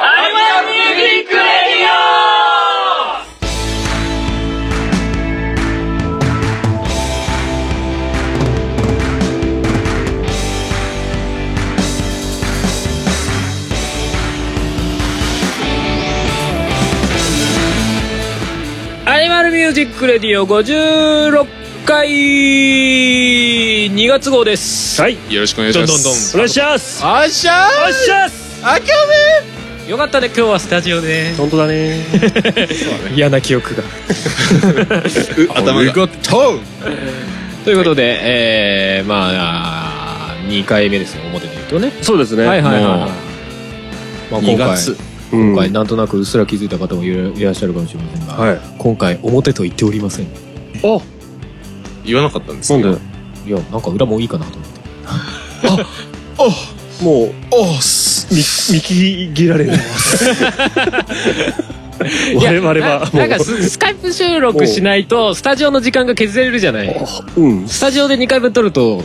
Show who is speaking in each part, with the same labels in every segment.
Speaker 1: アイマンミュージックレディオアニマルミュージックレディオ56回2月号です
Speaker 2: はい、
Speaker 3: よろしくお願いし
Speaker 2: どん
Speaker 3: ます。
Speaker 2: どんどん、お願いします。
Speaker 4: あっしゃ
Speaker 2: お願
Speaker 4: ー
Speaker 2: いします。
Speaker 4: あき
Speaker 1: よかったね今日はスタジオで
Speaker 2: 本当 だね。嫌な記憶が。
Speaker 3: う頭が。
Speaker 4: ゴット
Speaker 1: ということで、えー、まああー2回目ですね表で言うとね
Speaker 2: そうですね。
Speaker 1: はいはいはい、
Speaker 3: も
Speaker 1: は
Speaker 3: う
Speaker 1: いまあ、
Speaker 3: 2
Speaker 1: 今回
Speaker 3: 月
Speaker 2: うん
Speaker 1: 今回なんとなくうっすら気づいた方もいらいらっしゃるかもしれませんが、
Speaker 2: はい。
Speaker 1: 今回表と言っておりませんい
Speaker 3: 言わなかったんです
Speaker 2: な
Speaker 3: け
Speaker 2: ん
Speaker 3: ど。
Speaker 2: で、
Speaker 1: やなんか裏もいいかなと思って
Speaker 2: もう、
Speaker 3: おっす。
Speaker 2: み、見切られる。 我々は、も、
Speaker 1: なんかススカイプ収録しないとスタジオの時間が削れるじゃないう
Speaker 2: うん。
Speaker 1: スタジオで2回分撮ると、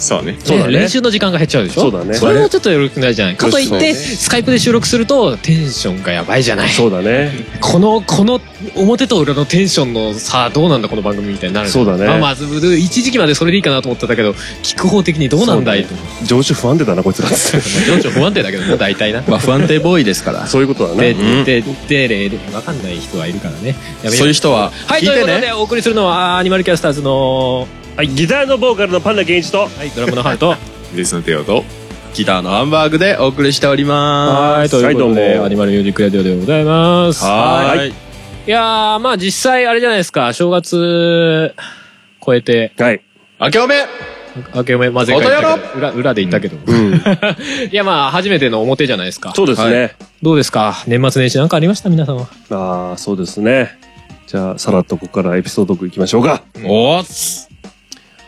Speaker 3: そうね。
Speaker 2: そうだね
Speaker 1: 練習の時間が減っちゃうでしょ
Speaker 2: そうだね
Speaker 1: それもちょっとよろしくないじゃないかといっ
Speaker 3: そう
Speaker 1: て、
Speaker 3: ね
Speaker 1: スカイプで収録するとテンションがやばいじゃない
Speaker 2: そうだね。
Speaker 1: このこの表と裏のテンションの差どうなんだこの番組みたいになる
Speaker 2: そうだね
Speaker 1: まあまあず一時期までそれでいいかなと思ってたけど聞く方的にどうなんだいと
Speaker 2: そ上司不安定だな、こいつら。
Speaker 1: 情緒不安定だけどね大体な。
Speaker 4: まあ不安定ボーイですか ら
Speaker 2: そういうことだ
Speaker 1: で
Speaker 2: ね。
Speaker 3: うん
Speaker 1: ででででわかんない人はいるからねやめよ
Speaker 4: そういう人は
Speaker 1: はい
Speaker 4: 聞い
Speaker 1: という
Speaker 4: て
Speaker 1: ことで
Speaker 4: ね
Speaker 1: お送りするのはアニマルキャスターズの、
Speaker 2: はい、ギターのボーカルのパンダケンイチと、
Speaker 1: はい、ドラムのハルと
Speaker 3: ですの手をと。
Speaker 4: ギターのハンバーグでお送りしておりま
Speaker 1: はいということ
Speaker 2: はい
Speaker 1: で、
Speaker 2: どうも
Speaker 1: アニマルミュージックレディオでございます
Speaker 4: すはーい
Speaker 1: いやーまあ実際あれじゃないですか正月超えて
Speaker 2: はい。
Speaker 4: あけおめ
Speaker 1: 明けおめまぜ
Speaker 4: 元や
Speaker 1: 裏裏で言ったけど、
Speaker 2: うん。
Speaker 1: いやまあ初めての表じゃないですか
Speaker 2: そうですね。
Speaker 1: どうですか年末年始なんかありました皆さんは。
Speaker 2: ああ、そうですね。じゃあ、さらっとここからエピソードトークいきましょうか。
Speaker 4: おっす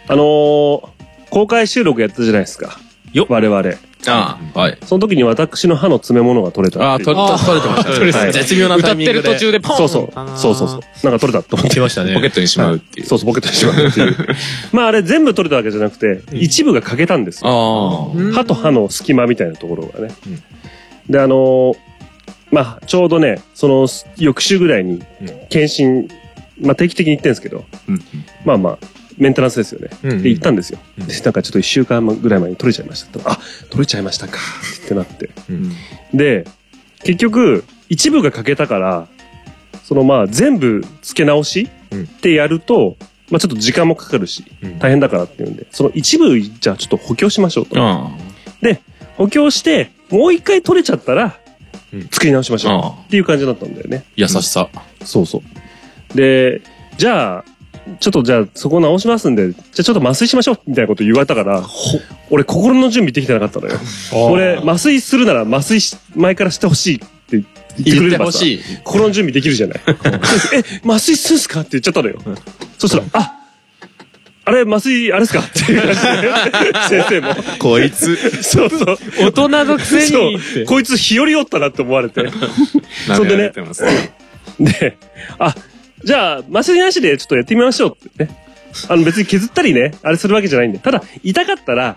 Speaker 2: あのー、公開収録やったじゃないですか。
Speaker 4: よ
Speaker 2: 我々。
Speaker 4: ああはい
Speaker 2: その時に私の歯の詰め物が取れた
Speaker 4: ああ
Speaker 2: っていう
Speaker 4: 取れ
Speaker 1: あー
Speaker 4: 取れてました
Speaker 1: 取れて
Speaker 2: ました
Speaker 4: 絶妙なタイミングで
Speaker 1: 歌ってる途中でポン
Speaker 2: そうそう。そうそうそう。なんか取れたと思
Speaker 1: 言
Speaker 2: って。
Speaker 1: ってましたね。
Speaker 3: ポケットにしまうっていう。
Speaker 2: そうそう、ポケットにしまうっていう。 まああれ全部取れたわけじゃなくて、一部が欠けたんですよ。
Speaker 4: あ
Speaker 1: うん
Speaker 2: 歯と歯の隙間みたいなところがね。で、あのーまあちょうどね、その翌週ぐらいに
Speaker 3: うん、
Speaker 2: 検診、まあ定期的に行ってんですけど、
Speaker 3: うんうん
Speaker 2: まあまあ、メンテナンスですよね。
Speaker 1: うんうん
Speaker 2: で、行ったんですよ。
Speaker 3: うん
Speaker 2: で、なんかちょっと一週間ぐらい前に取れちゃいましたと。あ、取れちゃいましたか。ってなって。
Speaker 3: うん。
Speaker 2: で、結局、一部が欠けたから、そのまあ全部付け直し
Speaker 3: うん
Speaker 2: ってやると、まあちょっと時間もかかるし
Speaker 3: うん、
Speaker 2: 大変だからっていうんで、その一部じゃあちょっと補強しましょうと。
Speaker 4: あ
Speaker 2: 補強して、もう一回取れちゃったら
Speaker 3: うん、
Speaker 2: 作り直しましょう
Speaker 4: あ
Speaker 2: っていう感じだったんだよね。
Speaker 4: 優しさ
Speaker 2: そうそう。で、じゃあ、ちょっとじゃあそこ直しますんで、じゃあちょっと麻酔しましょうみたいなこと言われたから、俺心の準備できてなかったのよ。俺、麻酔するなら麻酔し前からしてほしいって言ってくれ
Speaker 4: 言っ
Speaker 2: れ
Speaker 4: て
Speaker 2: ば
Speaker 4: ほ
Speaker 2: さ、
Speaker 4: しい
Speaker 2: 心の準備できるじゃ ない。え、麻酔するんすかって言っちゃったのよ。そしたら、ああれ、麻酔、あれっすかっていう感じで、先生 も。
Speaker 3: こいつ。
Speaker 2: そうそう。
Speaker 1: 大人のくせ
Speaker 2: そう
Speaker 1: にって。
Speaker 2: こいつ日和おったなって思われて。そ
Speaker 3: 舐
Speaker 2: ん
Speaker 3: め
Speaker 2: でね
Speaker 3: られてますね。
Speaker 2: で、あ、じゃあ、麻酔なしでちょっとやってみましょうってね。あの別に削ったりね、あれするわけじゃないんで。ただ、痛かったら、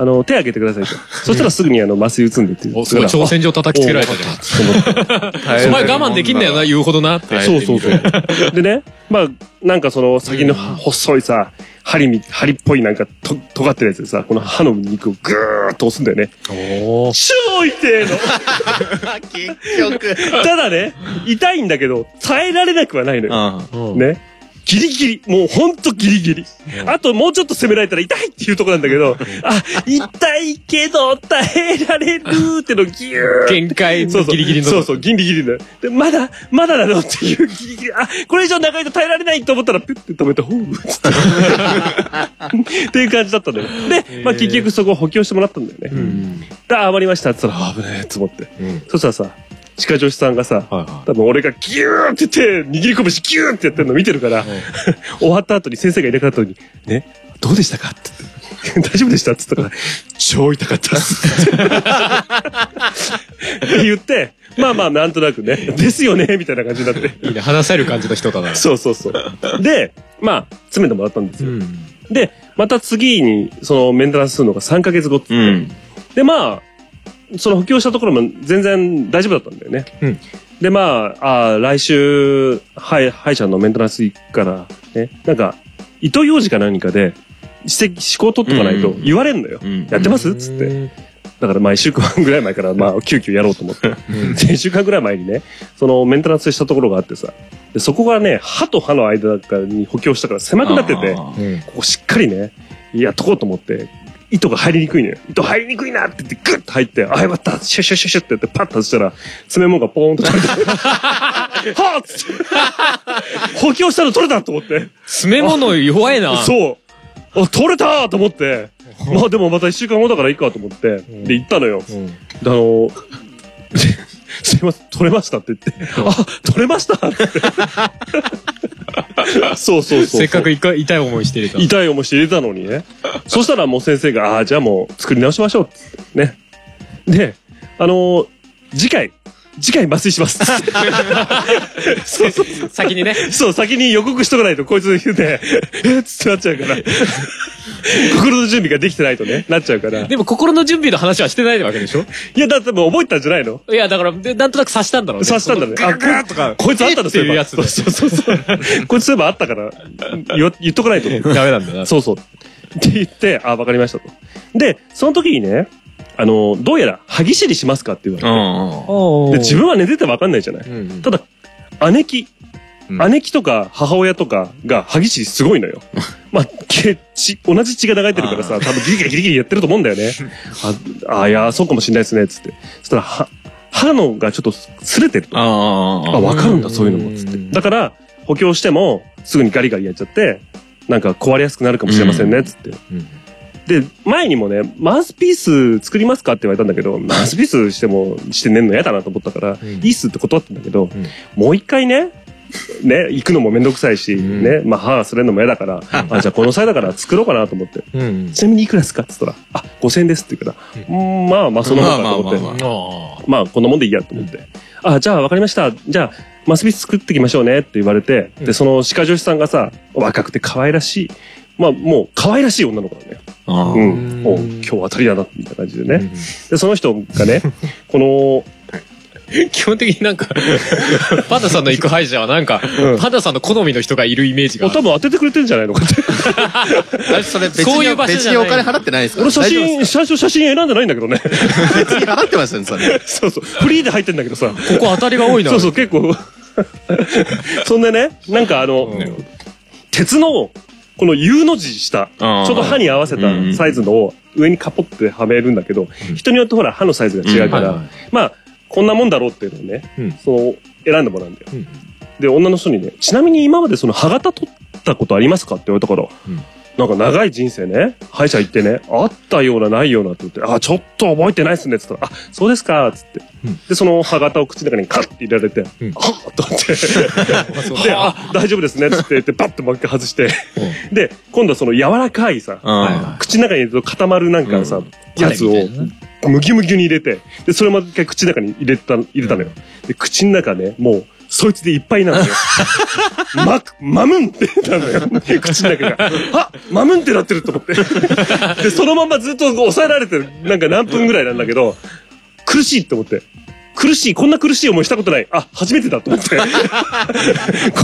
Speaker 2: あの、手挙げてくださいと。そしたらすぐにあの、麻酔打つんでっていう。
Speaker 1: おすごい
Speaker 2: だから
Speaker 1: 挑戦状叩きつけられたじゃん。お前我慢できんだよな、言うほどな。
Speaker 3: 耐えて
Speaker 2: そう
Speaker 3: みる
Speaker 2: そうそう。でね、まあ、なんかその先の細いさ、針み、針っぽいなんかと、尖ってるやつでさ、この歯の肉をぐーっと押すんだよね。
Speaker 1: お
Speaker 2: 超痛えの ただね、痛いんだけど、耐えられなくはないのよ。
Speaker 4: あ
Speaker 1: ー。
Speaker 2: ね。ギリギリ、もうほんとギリギリ。あともうちょっと攻められたら痛いっていうとこなんだけど、あ、痛いけど耐えられるってのをギューって
Speaker 1: 限界
Speaker 2: そう
Speaker 1: の
Speaker 2: そう
Speaker 1: ギリギリの。
Speaker 2: そうそう、ギリギリだよ。で、まだ、まだなのっていうギリギリ。あ、これ以上長いと耐えられないと思ったら、ピュッて止めて、ほう、つって。っていう感じだったのよ。で、まあ結局そこを補強してもらったんだよね。
Speaker 1: うん。
Speaker 2: で、あ余りましたって言ったら、あ危ねえと思って。
Speaker 3: うん
Speaker 2: そしたらさ、歯科助手さんがさ、
Speaker 3: はいは
Speaker 2: 多分俺がギューって手、握り拳ギューってやってるの見てるから、 終わった後に先生がいなくなった時に、ね、どうでしたかって言って。大丈 夫でしたって言ったから、 超痛かったっすって。って言って、まあまあなんとなくね、ですよね、みたいな感じになって。
Speaker 1: いいね、話せる感じの人だな。
Speaker 2: そうそうそう。で、まあ、詰めてもらったんです
Speaker 1: う
Speaker 2: よ。
Speaker 1: ん。
Speaker 2: で、また次に、そのメンテナンスするのが3ヶ月後って
Speaker 4: うん
Speaker 2: で、まあ、その補強したところも全然大丈夫だったんだよね。
Speaker 5: うん
Speaker 2: で、まあ、あー来週、はい、歯医者のメンテナンス行くから、ね、なんか、糸用事か何かで、指摘、思考取っとかないと言われんのよ。
Speaker 1: うん
Speaker 2: やってますっつって。
Speaker 5: て。
Speaker 2: だからまあ1週間ぐらい前からまあ急遽やろうと思って。1週間ぐらい前にね、そのメンテナンスしたところがあってさ、でそこがね、歯と歯の間に補強したから狭くなってて、
Speaker 1: あ
Speaker 5: うん。
Speaker 2: ここしっかりね、やっとこうと思って、糸が入りにくいのよ。糸入りにくいなって言って、グッと入って、あ、よかった、シュッシュッシュッシュッってやって、パッと外したら、爪もんがポーンと取れ て、はぁっつって、補強したの取れたと思って。
Speaker 1: 詰め物弱いな。
Speaker 2: そう。あ、取れたと思って。まあでもまた一週間後だからいいかと思って。で、行ったのよ。
Speaker 5: うん
Speaker 2: であの、すいません、取れましたって言って。あ、取れました ってそうそうそうそう。
Speaker 1: せっかく一回痛い思いしてるから。
Speaker 2: 痛い思いして入れたの にね。そしたらもう先生が、ああ、じゃあもう作り直しましょうっつって。ね。で、あのー次回、次回麻酔し ますっつって。そうそうそう。
Speaker 1: 先にね。
Speaker 2: そう、先に予告しとかないと、こいつ言うて、 えっつってなっちゃうから。心の準備ができてないとね、なっちゃうから。
Speaker 1: でも心の準備の話はしてないわけでしょ
Speaker 2: いや、だってもう覚えてたんじゃないの
Speaker 1: いや、だから、でなんとなく刺したんだろうね。
Speaker 2: 刺したんだね。あ、ガとか。こいつあったの、そういえば。
Speaker 1: えっていう
Speaker 2: そう
Speaker 1: やつ
Speaker 2: そうそうそう。こいつそういえばあったから、言言っとかないと。
Speaker 1: そのダメなんだな。
Speaker 2: そうそう。って言って、あ、わかりましたと。で、その時にね、あの、どうやら歯ぎしりしますかって言わ
Speaker 1: う
Speaker 5: うん
Speaker 1: ん。
Speaker 2: れて。で、自分は寝ててわかんないじゃない。
Speaker 5: ん。
Speaker 2: ただ、姉貴、
Speaker 5: うん
Speaker 2: 姉貴とか母親とかが歯ぎしりすごいのよ。まあ、血血同じ血が流れてるからさ、多分ギリギリギリギリやってると思うんだよね。あ、あいや、そうかもしれないですね、つって。そしたら、歯、歯のがちょっと擦れてると。
Speaker 1: あ
Speaker 2: あ、わかるんだ、そういうのも、つって。だから、補強しても、すぐにガリガリやっちゃって、なんか壊れやすくなるかもしれませんね、つって。で、前にもね、マウスピース作りますかって言われたんだけど、マウスピースしても、してねんの嫌だなと思ったから、
Speaker 5: ん
Speaker 2: いいっすって断ったんだけど、
Speaker 5: ん
Speaker 2: もう一回ね、ね、行くのもめんどくさいし、
Speaker 5: ん
Speaker 2: ね、まあ歯がすれるのも嫌だから、あ、じゃあこの際だから作ろうかなと思って、
Speaker 5: うん。
Speaker 2: ちなみにいくらですかって言ったら、あ、5000ですって言うから、うーん、まあまあそのままかと思って、
Speaker 1: まああ。
Speaker 2: まあ、こんなもんでいいやと思って。あ、じゃあ分かりました。じゃあ、マスビス作ってきましょうねって言われて、で、その歯科女子さんがさ、若くて可愛らしい、まあ、もう可愛らしい女の子なのよ。
Speaker 1: あ
Speaker 2: う
Speaker 1: あ
Speaker 2: ん。おう今日当たりだな、みたいな感じでね。で、その人が ね、こ
Speaker 1: 基本的になんか、 パンダさんの行く歯医者はなんか、パンダさんの好みの人がいるイメージ
Speaker 2: の、
Speaker 1: が
Speaker 2: お。多分当ててくれてるんじゃないのかって。
Speaker 1: あそれ
Speaker 4: 別
Speaker 1: そういう
Speaker 4: に
Speaker 1: 場所
Speaker 4: 別
Speaker 1: じゃ
Speaker 4: に
Speaker 1: ない。
Speaker 4: お金払ってないですから。
Speaker 2: 俺写
Speaker 4: 大丈夫で
Speaker 2: 真、最初写真選んでないんだけどね。
Speaker 4: す別に払ってますよね、 それ。
Speaker 2: そうそう。フリーで入ってんだけどさ。
Speaker 1: ここ当たりが多いな。
Speaker 2: そうそう、結構。 そんでね、なんかあの、鉄の、この U の字した、ち
Speaker 1: あ
Speaker 2: ょ
Speaker 1: ー
Speaker 2: うど歯に合わせたサイズのを上にカポってはめるんだけど、人によってほら歯のサイズが違うから、
Speaker 1: うんはい
Speaker 2: まあ、こんなもんだろうっていうのをね、
Speaker 5: うん
Speaker 2: その、選んでもらうんだよ。
Speaker 5: うん
Speaker 2: で、女の人にね、ちなみに今までその歯型取ったことありますかって言われたから、
Speaker 5: ん
Speaker 2: なんか長い人生ね、歯医者行ってね、あったようなないようなって言って、あ、ちょっと覚えてないっすねって言ったら、あ、そうですか、つって。で、その歯型を口の中にカッて入れられて、
Speaker 5: うん
Speaker 2: あっと思って。 で、あ、大丈夫ですね、つって言って、パッともう一回外して。で、今度はその柔らかいさ、
Speaker 1: あ
Speaker 2: 口の中に入れると固まるなんかさ、やつをムギュムギュに入れて、で、それも一回口の中に入れた、入れたのよ。で、口の中ね、もう、そいつでいっぱいなのよ。ま、まむんってなのよ。口の中が。あまむんってなってると思って。で、そのままずっと抑えられてる、なんか何分ぐらいなんだけど、苦しいって思って。苦しい、こんな苦しい思いしたことない。あ、初めてだと思って。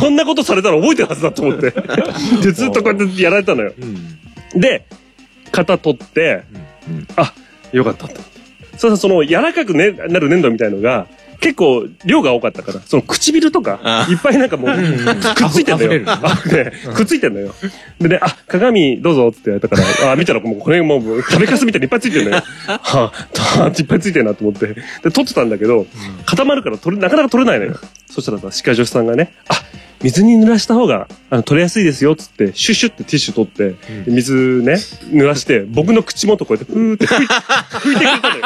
Speaker 2: こんなことされたら覚えてるはずだと思って。で、ずっとこうやってやられたのよ。で、型取って、あ、よかったと思って。そうそう、その柔らかく、ね、なる粘土みたいのが、結構量が多かったから、その唇とか、いっぱいなんかもう、くっついてんのよ。あでくっついてんのよ。でね、あ、鏡どうぞって言われたから、あ、見たらもうこれもう、食べかすみたいにいっぱいついてるのよ。はあ、いっぱいついてるなと思って。で、取ってたんだけど、固まるから取れ、なかなか取れないのよ。そしたらさ、歯科助手さんがね、あ、水に濡らした方が、あの、取れやすいですよ、つって、シュッシュってティッシュ取って、で水ね、濡らして、僕の口元こうやって、ふーって拭い拭いてくれたのよ。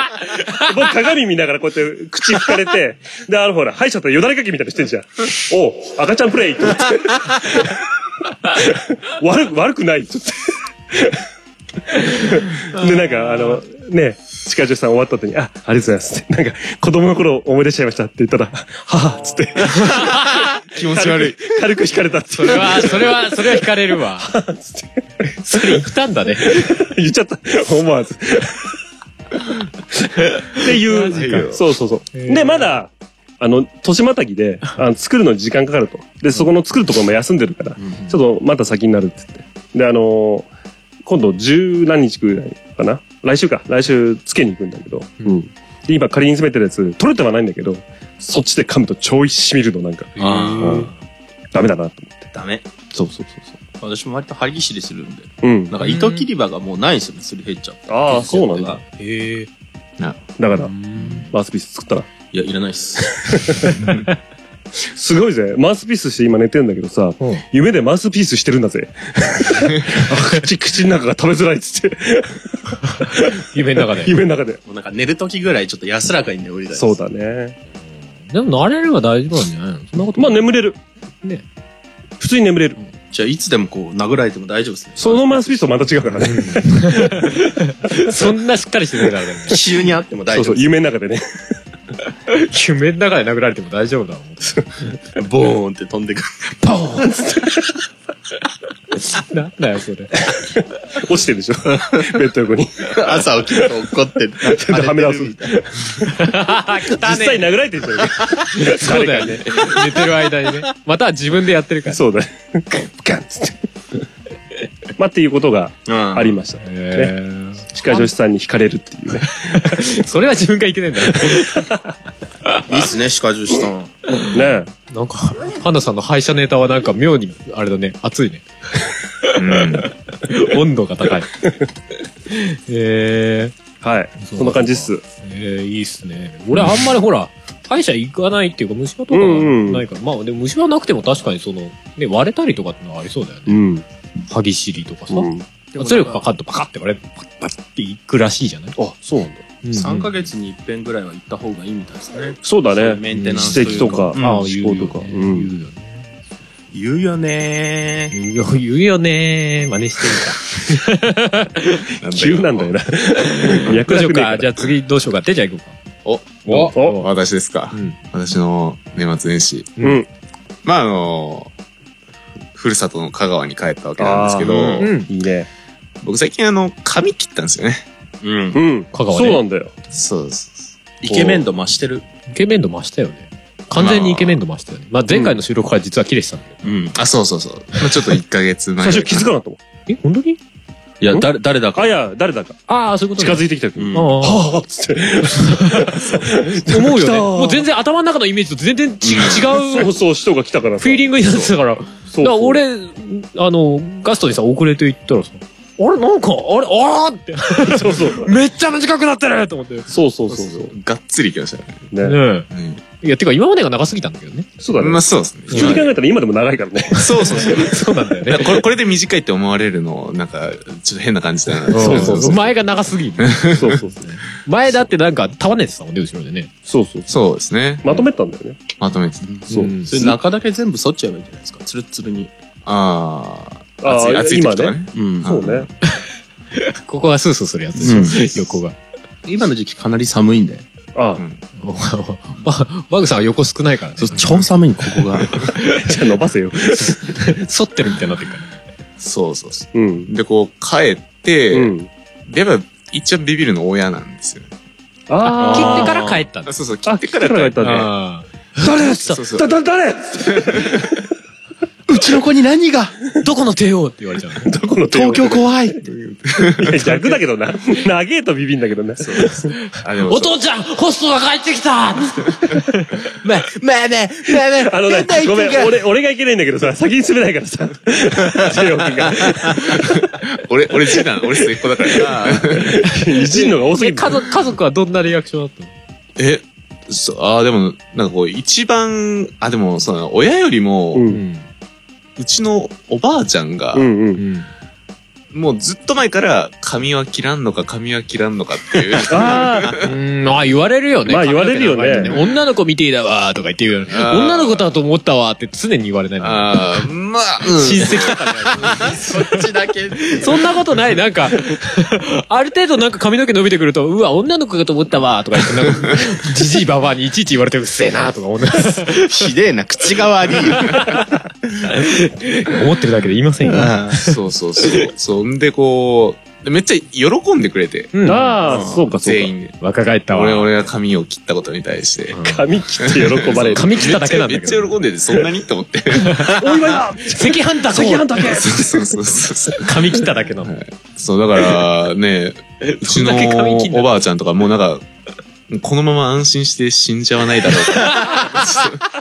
Speaker 2: 僕鏡見ながらこうやって口拭かれて、で、あのほら、歯医者とよだれかきみたいにしてんじゃん。おう赤ちゃんプレイと思って。 悪く、悪くないと思って。で、なんか、あの、ね、歯科女さん終わった後に、あ、ありがとうございますって。なんか、子供の頃思い出しちゃいましたって言ったら、はぁ、つって。
Speaker 1: 気持ち悪
Speaker 2: 軽
Speaker 1: い
Speaker 2: く。、軽く惹かれたって
Speaker 1: それは、それは、それは惹かれる わ。それ行ったんだね。
Speaker 2: 言っちゃった。思わず。っていう。そうそうそう。で、まだ、あの、年またぎで、あの作るのに時間かかると。で、そこの作るところも休んでるから、ちょっとまた先になるって言って。で、あのー今度十何日くらいかな来週か。来週、つけに行くんだけど。うん。で、今仮に詰めてるやつ、取れてはないんだけど、そっちで噛むと超染みるの、なんか。
Speaker 5: あ
Speaker 2: ダメだなと思って。
Speaker 6: ダメ。
Speaker 2: そうそうそう
Speaker 6: まあ私も割と張りぎしりするんで。
Speaker 2: そう。うん。
Speaker 6: なんか糸切り場がもうないんですよね、すり減っちゃって。
Speaker 2: ああ、そうなんだ。
Speaker 1: へえ。
Speaker 2: だから、マウスピース作ったら。
Speaker 6: いや、いらないっす。
Speaker 2: すごいぜ。マウスピースして今寝てんだけどさ、夢でマウスピースしてるんだぜ。あ口、口の中が食べづらいっつって、
Speaker 1: 夢の中で。
Speaker 2: 夢の中で。
Speaker 6: もうなんか寝る時ぐらいちょっと安らかに眠りたいです
Speaker 2: そうだね。
Speaker 1: でも慣れれば大丈夫なんじゃないのそんなこと
Speaker 2: まあ眠れる。
Speaker 1: ね。
Speaker 2: 普通に眠れる。
Speaker 6: じゃあ、いつでもこう、殴られても大丈夫 ですね。
Speaker 2: そのマウスピースとまた違うからね。
Speaker 1: そんなしっかりしてるからね。
Speaker 6: 急にあっても大
Speaker 2: そ
Speaker 6: 丈
Speaker 2: うそ
Speaker 6: 夫
Speaker 2: う、夢の中でね。
Speaker 1: 夢の中で殴られても大丈夫だもん。
Speaker 6: ボーンって飛んでくる。
Speaker 1: なんだよ、そ れ。
Speaker 2: 落ちてるでしょ。ベッド横に。
Speaker 6: 朝起きると怒って る。
Speaker 2: はめ出
Speaker 1: 来
Speaker 2: す。実際殴られてるじゃん。
Speaker 1: そうだよね。寝てる間にね。または自分でやってるから。
Speaker 2: そうだね。ガンッつって。まあっていうことがあ
Speaker 6: あ
Speaker 2: りました。
Speaker 1: へ
Speaker 2: 歯科助手さんに惹かれるっていうね。
Speaker 1: え。それは自分がいけねえんだよ。
Speaker 6: いいっすね、歯科獣士さん。
Speaker 2: ねえ
Speaker 1: なんか、ハンナさんの廃車ネタはなんか妙に、あれだね、熱いね。 温度が高い。え
Speaker 2: はい。
Speaker 1: そう
Speaker 2: そんな感じっす。
Speaker 1: ー、えー、いいっすね。俺あんまりほら、歯医者行かないっていうか、虫歯とか
Speaker 2: うんうん
Speaker 1: がないから、まあでも虫歯なくても確かにその、ね、割れたりとかってのはありそうだよね。
Speaker 2: うん。
Speaker 1: 歯ぎしりとかさ。
Speaker 2: うん
Speaker 1: 圧力かかるとパカって割れ、パッパッっていくらしいじゃない
Speaker 2: あ、そうなんだ。
Speaker 6: 3ヶ月に一遍ぐらいは行った方がいいみたいですね。
Speaker 2: そうだ
Speaker 6: そういう
Speaker 2: ね。
Speaker 6: メンテナンス
Speaker 2: 指摘とか
Speaker 6: うん
Speaker 1: ああ、
Speaker 2: 思
Speaker 1: 言う
Speaker 2: 考
Speaker 1: よ
Speaker 2: とか。
Speaker 1: ね
Speaker 2: うん。
Speaker 1: 言うよね。
Speaker 6: 言うよね
Speaker 1: 言うよ、言うよね真似してみた。
Speaker 2: 急なんだよな。
Speaker 1: ど
Speaker 2: 役
Speaker 1: うしよ
Speaker 2: 立
Speaker 1: う
Speaker 2: てねえ
Speaker 1: か。じ
Speaker 2: ら
Speaker 1: ゃあ次どうしようか。てちゃん行こ
Speaker 5: お
Speaker 1: うか。お
Speaker 5: 私ですか、
Speaker 1: うん
Speaker 5: 私の年末年始。
Speaker 2: うん。
Speaker 5: まああの、ふるさとの香川に帰ったわけなんですけど、
Speaker 2: あ
Speaker 1: うん。
Speaker 2: いいね。
Speaker 5: 僕最近あの、髪切ったんですよね。
Speaker 6: うん。
Speaker 2: うん。
Speaker 1: 香川ね
Speaker 2: そうなんだよ。
Speaker 5: そうです。
Speaker 6: イケメン度増してる。
Speaker 1: イケメン度増したよね。完全にイケメン度増したよね。まあ前回の収録は実は切れてたんだけど。
Speaker 6: うん。
Speaker 5: あ、そうそうそう。まあ、ちょっと1ヶ月前
Speaker 2: 最初気づかなかったもん。
Speaker 1: え、本当に
Speaker 6: いや、誰、誰だか。
Speaker 2: あ、いや、誰だか。
Speaker 1: ああ、そういうこと
Speaker 2: 近
Speaker 1: ね
Speaker 2: づいてきた時
Speaker 6: う
Speaker 2: に。
Speaker 6: ん
Speaker 2: は
Speaker 1: ああ
Speaker 2: ぁ、つって。
Speaker 1: 思う
Speaker 2: 来
Speaker 1: よ
Speaker 2: た
Speaker 1: ね。
Speaker 2: ー
Speaker 1: もう全然頭の中のイメージと全然ち違う
Speaker 2: そうそう、人が来たからさ。
Speaker 1: フィーリングになってたから。だか
Speaker 2: そう
Speaker 1: ら
Speaker 2: そう。
Speaker 1: 俺、あの、ガストにさ、遅れて行ったらさ、あれなんか、あれ、あーって、
Speaker 2: そうそう。
Speaker 1: めっちゃ短くなってると思って。ね
Speaker 2: そうそう
Speaker 5: そ
Speaker 2: そうう
Speaker 5: そ。
Speaker 2: そう
Speaker 5: がっつり行きましたね。
Speaker 2: う。ね。
Speaker 1: え。
Speaker 5: うん
Speaker 1: いや、てか今までが長すぎたんだけど ね。
Speaker 2: そうだ
Speaker 5: ま
Speaker 2: ね
Speaker 5: あ。そうですね。
Speaker 2: 普通に考えたら今でも長いからね。
Speaker 5: そうそうそう。
Speaker 1: そうなんだよね
Speaker 5: なんかこれ、これで短いって思われるの、なんか、ちょっと変な感じだな。
Speaker 2: そうそうそう
Speaker 1: 前が長す ぎる。
Speaker 2: そうそうそう。
Speaker 1: 前だってなんか束ねてたもんね、後ろでね。
Speaker 2: そうそう。
Speaker 5: そうですね。
Speaker 2: まとめたんだよね。
Speaker 5: まとめて。
Speaker 2: そう。
Speaker 1: ん
Speaker 6: それ中だけ全部剃っちゃえばいいんじゃないですか。ツルッツルに。
Speaker 5: ああ。
Speaker 2: あ
Speaker 5: 暑い、
Speaker 2: あ、
Speaker 5: 暑い
Speaker 2: 今
Speaker 5: 時とか
Speaker 2: ね。
Speaker 5: ね。
Speaker 6: うん
Speaker 2: そうね。
Speaker 1: ここがスースーするやつで
Speaker 5: うん
Speaker 1: しょ、横が。
Speaker 6: 今の時期かなり寒いんで。
Speaker 2: あ
Speaker 5: うん
Speaker 1: ババグさんは横少ないからね、
Speaker 6: そう、超寒いんここが。
Speaker 2: じゃあ伸ばせよ。
Speaker 1: 反ってるみたいになってるからね。
Speaker 5: そうそうそ
Speaker 2: うん
Speaker 5: う。。で、こう、帰って、
Speaker 2: うん。
Speaker 5: で、やっぱ、一応ビビるの親なんですよ。
Speaker 2: あ
Speaker 1: 切
Speaker 2: ー
Speaker 1: ってから帰ったん
Speaker 5: あ
Speaker 1: だ。
Speaker 5: そうそう、切
Speaker 2: あ、
Speaker 5: っ
Speaker 2: 切
Speaker 5: て
Speaker 2: っ
Speaker 5: か
Speaker 2: てからら帰ったんだよ。
Speaker 1: あ
Speaker 2: 誰っつ
Speaker 5: そ
Speaker 2: っ
Speaker 5: うそう
Speaker 2: ただ、だ、誰
Speaker 4: うちの子に何が
Speaker 1: あどこの帝王って言われちゃうの。
Speaker 2: どこの
Speaker 4: 東京怖い
Speaker 2: いや、 逆だけどな。長えとビビんだけどな。
Speaker 5: あ、でも
Speaker 1: お父ちゃんホストが帰ってきた
Speaker 4: まあまあねまあま
Speaker 2: あのね、ごめん、俺、俺がいけないんだけどさ、先に進めないからさ。ジェヨ君が。
Speaker 5: 俺、俺次男、俺末っ子だから。
Speaker 2: いじんのが多すぎ
Speaker 1: え
Speaker 2: る。
Speaker 1: 家族、家族はどんなリアクションだっ
Speaker 5: え、そう、ああ、でも、なんかこう、一番、あ、でも、そうだな親よりも、
Speaker 2: う。
Speaker 5: うん
Speaker 1: ん
Speaker 5: ちのおばあちゃんが、
Speaker 2: うんう
Speaker 1: た
Speaker 2: ん。
Speaker 1: の
Speaker 5: もうずっと前から、髪は切らんのか、髪は切らんのかっていう。
Speaker 2: ああ、
Speaker 1: うん、まあ言われるよね。
Speaker 2: まあ言われる
Speaker 1: 髪の
Speaker 2: よね
Speaker 1: 毛の前に女の子見ていだわーとか言って言うよね。
Speaker 5: あー
Speaker 1: 女の子だと思ったわーって常に言われないの。
Speaker 5: ああ、まあ、うん
Speaker 1: 親戚とか
Speaker 6: そっちだけ。
Speaker 1: ね。そんなことない。なんか、 ある程度なんか髪の毛伸びてくると、うわ、女の子かと思ったわーとか言って、なんか、じじいばばあにいちいち言われてうっせえなーとか思うね
Speaker 4: ひでえな口が悪い
Speaker 1: 思ってるだけで言いませんよ。
Speaker 4: あ
Speaker 5: そうそうそう。そんでこう、でめっちゃ喜んでくれて。
Speaker 1: うん
Speaker 2: ああ、そうか、そう
Speaker 5: 全
Speaker 2: か。
Speaker 5: 員で。
Speaker 1: 若返った
Speaker 5: 俺、
Speaker 1: わ。
Speaker 5: 俺が髪を切ったことに対して。
Speaker 2: 髪切って喜ばれる。
Speaker 1: 髪切っただけなんだ
Speaker 5: め
Speaker 1: け
Speaker 5: っちゃめっちゃ
Speaker 1: ど。
Speaker 5: 喜んでて、そんなにって思って。
Speaker 2: お祝いだ
Speaker 1: 赤飯だ
Speaker 2: 赤飯だけ
Speaker 5: そうそうそうそう。
Speaker 1: 髪切っただけなの。
Speaker 5: そう、だからね、うちの
Speaker 1: そんだけ髪切んだ
Speaker 5: おばあちゃんとかもうなんか、このまま安心して死んじゃわないだろうか。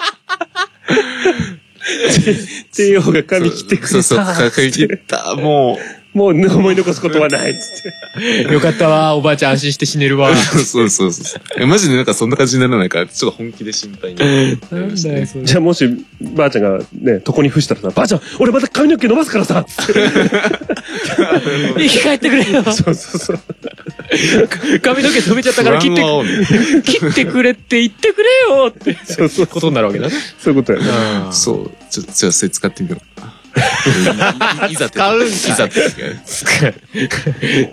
Speaker 2: 帝王が髪切ってく
Speaker 5: そう
Speaker 2: れ
Speaker 5: そう、
Speaker 2: た。
Speaker 5: 髪切った。も
Speaker 2: もう思い残すことはないっつって。
Speaker 1: よかったわ。おばあちゃん安心して死ねるわ
Speaker 5: う、。そうそうそう。えマジでなんかそんな感じにならないから、ちょっと本気で心配になりましたね。
Speaker 1: それ
Speaker 2: じゃあもし、ばあちゃんがね、床に伏したらさ、ばあちゃん、俺また髪の毛伸ばすからさっつって。
Speaker 1: 生き返ってくれよ。
Speaker 2: そうそうそう。
Speaker 1: 髪の毛止めちゃったから切っ
Speaker 5: 不安は煽る
Speaker 1: て、切ってくれって言ってくれよって
Speaker 2: そうそう。
Speaker 1: ことになるわけだね。
Speaker 2: そういうことやね。
Speaker 5: そう。ちょ、ちょ、それ使ってみよう。いいざって。いざって。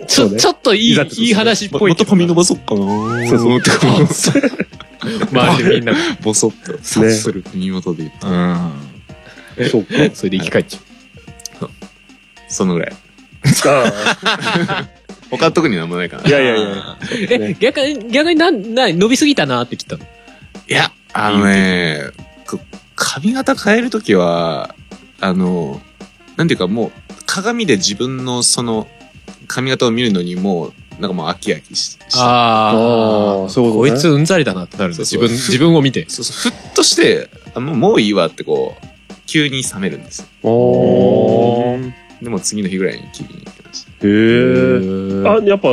Speaker 1: ち
Speaker 2: そう
Speaker 1: ょ、
Speaker 2: ね
Speaker 1: ちょっといい
Speaker 2: いざって、
Speaker 1: いい話っぽい
Speaker 5: ま
Speaker 1: け
Speaker 5: た
Speaker 1: どな。
Speaker 5: 髪伸ばそっかな
Speaker 2: そうそう
Speaker 5: ってこう
Speaker 1: 周りでみんな。
Speaker 5: ボソッと、察するって身元で言った。
Speaker 2: そうか。
Speaker 1: それで生き返っちゃ
Speaker 5: そのぐらい。
Speaker 2: あ
Speaker 5: 他特になんもないかな。
Speaker 2: いやいやいや。
Speaker 1: う。え、逆に、逆になん、な、伸びすぎたなって切ったの。
Speaker 5: いや、あのね、こ髪型変えるときは、あの、なんていうかもう、鏡で自分のその、髪型を見るのにもう、なんかもう飽き飽きしした。
Speaker 1: あ
Speaker 2: あーそういうこと
Speaker 1: こ
Speaker 2: ね
Speaker 1: いつうんざりだなってなるんだ。
Speaker 5: そうそ
Speaker 1: 自
Speaker 5: う
Speaker 1: 分、自分を見て。
Speaker 5: そうそう、ふっとして、あもうもういいわってこう、急に冷めるんですよ。
Speaker 2: おー。
Speaker 5: でも次の日ぐらいに切りに行きました。
Speaker 2: へえ。
Speaker 1: あ
Speaker 2: あ、やっぱ、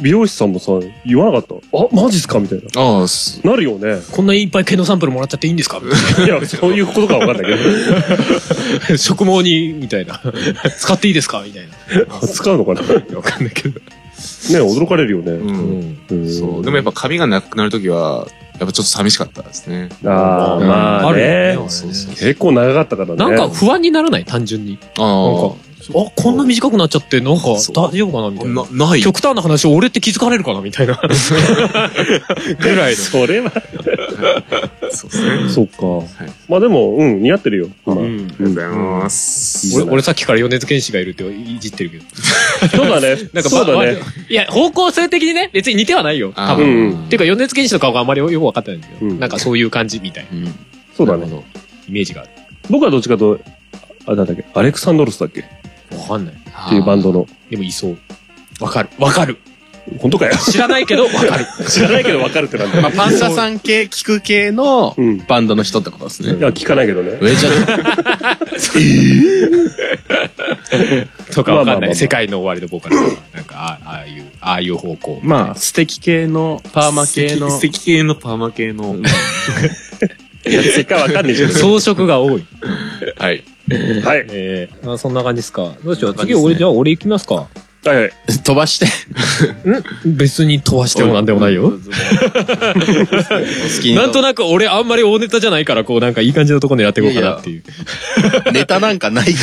Speaker 2: 美容師さんもさ、言わなかったあ、マジっすかみたいな。
Speaker 5: ああ、す
Speaker 2: なるよね。
Speaker 1: こんないっぱい毛のサンプルもらっちゃっていいんですか
Speaker 2: いや、そういうことかわかんないけ
Speaker 1: 植毛に、みたいな。使っていいですかみたいな。
Speaker 2: ど。使うのかなね
Speaker 1: わかんないけど。
Speaker 2: 驚かれるよね。
Speaker 5: うん。
Speaker 2: うん
Speaker 5: そう。でもやっぱ髪がなくなるときは、やっぱちょっと寂しかったですね。
Speaker 2: ああ、まあ
Speaker 1: る
Speaker 2: ね
Speaker 1: よ。ね
Speaker 5: そうそう
Speaker 2: 結構長かったからね。
Speaker 1: なんか不安にならない単純に。あ、
Speaker 5: あ
Speaker 1: こんな短くなっちゃって、なんか
Speaker 5: そう
Speaker 1: 大丈夫かなみたい
Speaker 5: あ。
Speaker 1: な
Speaker 5: な。、ない。
Speaker 1: 極端な話、俺って気づかれるかなみたいな。ぐらいの。
Speaker 2: それは。
Speaker 5: そうですね。あり
Speaker 2: そっか
Speaker 5: い。
Speaker 2: まあでも、うん、似合ってるよ。今
Speaker 6: うん
Speaker 5: がとうございます。
Speaker 1: 俺、俺さっきから米津玄師がいるっていじってるけど。
Speaker 2: そうだね。
Speaker 1: なんか
Speaker 2: そうだ
Speaker 1: まあ
Speaker 2: ね。
Speaker 1: いや、方向性的にね、別に似てはないよ。
Speaker 5: あ
Speaker 1: 多
Speaker 5: ー
Speaker 1: 分。
Speaker 2: うん
Speaker 1: っていうか、米津玄師の顔があんまりよくわかってないんだけど、
Speaker 2: うん
Speaker 1: なんかそういう感じみたいな。
Speaker 2: そうだね。
Speaker 1: なるほど。イメージがある。
Speaker 2: 僕はどっちかと、あ、なんだっけ、アレクサンドロスだっけっ
Speaker 1: わかんない。
Speaker 5: って
Speaker 2: いうバンドの。
Speaker 1: でもいそう。わかる。わかる。
Speaker 2: 本当かよ。
Speaker 1: 知らないけど、わかる。
Speaker 2: 知らないけどわかるってなんだよ。
Speaker 4: まあ、パンダさん系、聞く系の
Speaker 2: うん。い
Speaker 4: バンドの人ってことですね。
Speaker 2: や、聞かないけどね。
Speaker 4: え、じゃ
Speaker 1: とかわか
Speaker 2: まあま
Speaker 1: ん
Speaker 2: あま
Speaker 1: な
Speaker 2: あま
Speaker 1: い。
Speaker 2: あ
Speaker 1: 世界の終わりのボーカルとか。なんか、ああああいう、ああいう方向。
Speaker 4: まあ、素敵系の、パーマ系の、
Speaker 5: 赤系のパーマ系の。
Speaker 2: いや、せっかわかんね えじゃん。
Speaker 1: 装飾が多い。
Speaker 5: はい。
Speaker 2: はい。
Speaker 1: ええあそんな感じですか。どうしよう。
Speaker 5: そんな感じ
Speaker 1: 次、
Speaker 5: ですね
Speaker 1: 俺、じゃあ俺行きますか。
Speaker 2: はいはい。
Speaker 4: 飛ばして、
Speaker 1: 別に飛ばしてもなんでもないよ。
Speaker 4: 好きに。
Speaker 1: なんとなく俺あんまり大ネタじゃないから、こうなんかいい感じのところでやっていこうかなっていう。
Speaker 4: ネタなんかないか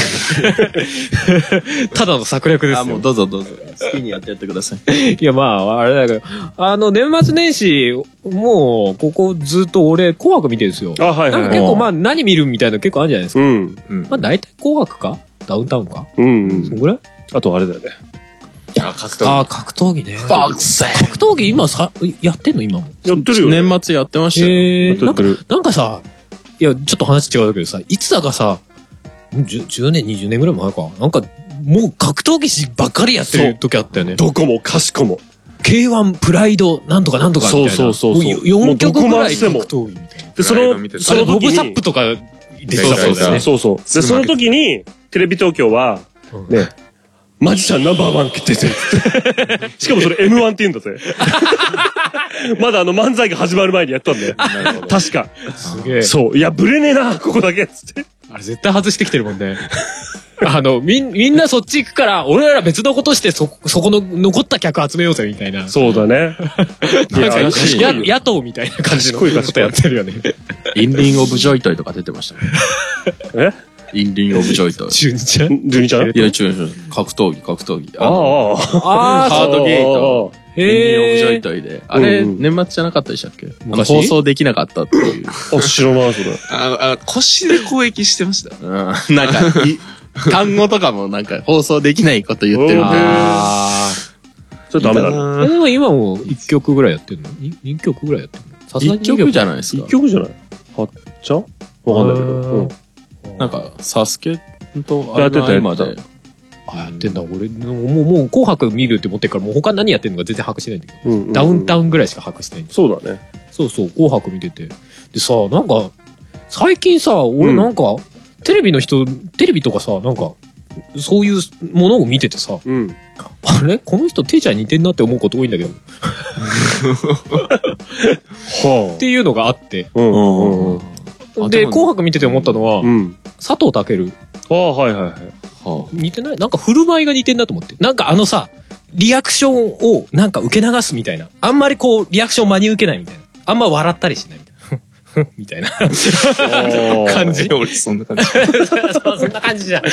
Speaker 1: ただの策略で
Speaker 4: ら。あ、
Speaker 1: す
Speaker 4: も
Speaker 1: よ
Speaker 4: う。どうぞどうぞ。
Speaker 6: 好きにやってやってください。
Speaker 1: いや、まあ、あれだけど、あの、年末年始、もう、ここずっと俺、紅白見てるんですよ。
Speaker 2: あ、はい
Speaker 1: なんか
Speaker 2: はい
Speaker 1: 結
Speaker 2: はい。
Speaker 1: 構まあ、何見るみたいなの結構あるじゃないですか。
Speaker 2: うん。
Speaker 5: うん
Speaker 1: まあ、。大体紅白かダウンタウンか
Speaker 2: うんう
Speaker 1: そ
Speaker 2: ん。
Speaker 1: んぐらい
Speaker 2: あとあれだよね。
Speaker 5: あ、格闘
Speaker 1: ああ、格闘技ね。
Speaker 4: ファ
Speaker 1: 格
Speaker 4: クセ
Speaker 1: 闘技今さ、やってんの今も。
Speaker 2: やってるよね。
Speaker 4: 年末やってましたよ。
Speaker 1: へえ。
Speaker 2: や
Speaker 1: な
Speaker 2: っ
Speaker 1: んか
Speaker 2: てる。
Speaker 1: なんかさ、いや、ちょっと話違うけどさ、いつだかさ、10, 10年、20年ぐらい前か。なんか、もう格闘技師ばっかりやってる時あったよね。
Speaker 2: どこもかしこも。
Speaker 1: K1 プライドなんとかなんとかみたいな。
Speaker 2: そうそうそうそうも
Speaker 1: 4
Speaker 2: うど
Speaker 1: 曲
Speaker 2: こ
Speaker 1: ぐ
Speaker 2: ま
Speaker 1: ら
Speaker 2: で
Speaker 1: い
Speaker 2: して
Speaker 1: 格
Speaker 2: も
Speaker 1: 闘技みたいな。
Speaker 2: で、そ
Speaker 5: プライ
Speaker 2: の
Speaker 5: ド見て、た
Speaker 2: そ
Speaker 1: あれ
Speaker 2: の
Speaker 1: ボ
Speaker 2: 時
Speaker 1: ブサッ
Speaker 2: に
Speaker 1: プ、とか出て
Speaker 2: そう
Speaker 1: たか
Speaker 2: そ
Speaker 1: ら
Speaker 2: う
Speaker 1: だよ
Speaker 2: そう
Speaker 1: ね。
Speaker 2: そうそう。で、その時に、テレビ東京は、ね、マジシャンナンバーワン決定戦。しかもそれ M1 って言うんだぜ。まだあの漫才が始まる前にやったんだよ。確か。
Speaker 1: すげえ。
Speaker 2: そう。いや、ブレねえな、ここだけ。つって。
Speaker 1: あれ絶対外してきてるもんね。 あの、みん、みんなそっち行くから、俺ら別のことしてそ、そこの残った客集めようぜみたいな。
Speaker 2: そうだね。い
Speaker 1: なんか
Speaker 2: や、
Speaker 1: や野党みたいな感じの
Speaker 2: 賢い賢い
Speaker 1: ことやってるよね。
Speaker 4: インリン・オブ・ジョイトイとか出てましたね。
Speaker 2: え
Speaker 4: インリン・オブ・ジョイトイ。
Speaker 1: 中日ち ゃん。
Speaker 2: ジュニちゃん
Speaker 4: いや、違う違う。格闘技、格闘技。
Speaker 2: ああああ。
Speaker 1: あ
Speaker 4: ハードゲート。インリン・オブ・ジョ
Speaker 1: へ
Speaker 4: イ
Speaker 1: え。
Speaker 4: トイで。あれ、
Speaker 2: うんうん
Speaker 4: 年末じゃなかったでしたっけあの
Speaker 1: 昔
Speaker 4: 放送できなかったっていう。
Speaker 2: あ、知らない、それ。
Speaker 5: あ、あ、腰で攻撃してました。
Speaker 4: うんなんか、い単語とかもなんか放送できないこと言ってるんで。
Speaker 1: あ
Speaker 2: それダメだね。
Speaker 1: あ。えでも今も1曲ぐらいやってるの ?2 曲ぐらいやってるのさすがに
Speaker 4: 一
Speaker 1: 二曲
Speaker 4: 曲じゃないです
Speaker 2: 一
Speaker 4: か。
Speaker 2: 曲じゃないはっちゃんわかんないけど。うん
Speaker 4: なんか、サスケと
Speaker 2: やってたやってた
Speaker 4: で。
Speaker 1: あやってんだ。俺、もう、もう、もう紅白見るって持ってるから、もう他何やってんのか全然把握してないんだけど。
Speaker 2: うんうん
Speaker 1: ダウンタウンぐらいしか把握してないんだよ
Speaker 2: そうだね。
Speaker 1: そうそう、紅白見てて。でさ、なんか、最近さ、俺
Speaker 2: うん
Speaker 1: なんか、テレビの人、テレビとかさ、なんか、そういうものを見ててさ、
Speaker 2: うん。
Speaker 1: あれこの人、ていちゃんに似てんなって思うこと多いんだけど。っていうのがあって。
Speaker 2: うんうんうん。
Speaker 5: あ
Speaker 1: で、
Speaker 5: でも
Speaker 1: 紅白見てて思ったのは、
Speaker 2: うん。
Speaker 1: 佐藤健、
Speaker 2: ああ、はいはいはい。
Speaker 5: は
Speaker 1: 似てないなんか振る舞いが似てんなと思って。なんかあのさ、リアクションをなんか受け流すみたいな。あんまりこう、リアクション真に受けないみたいな。あんま笑ったりしないみたいな。 みたいな感じ。
Speaker 5: あ、俺そんな感じ。
Speaker 1: そうそんな感じじゃん。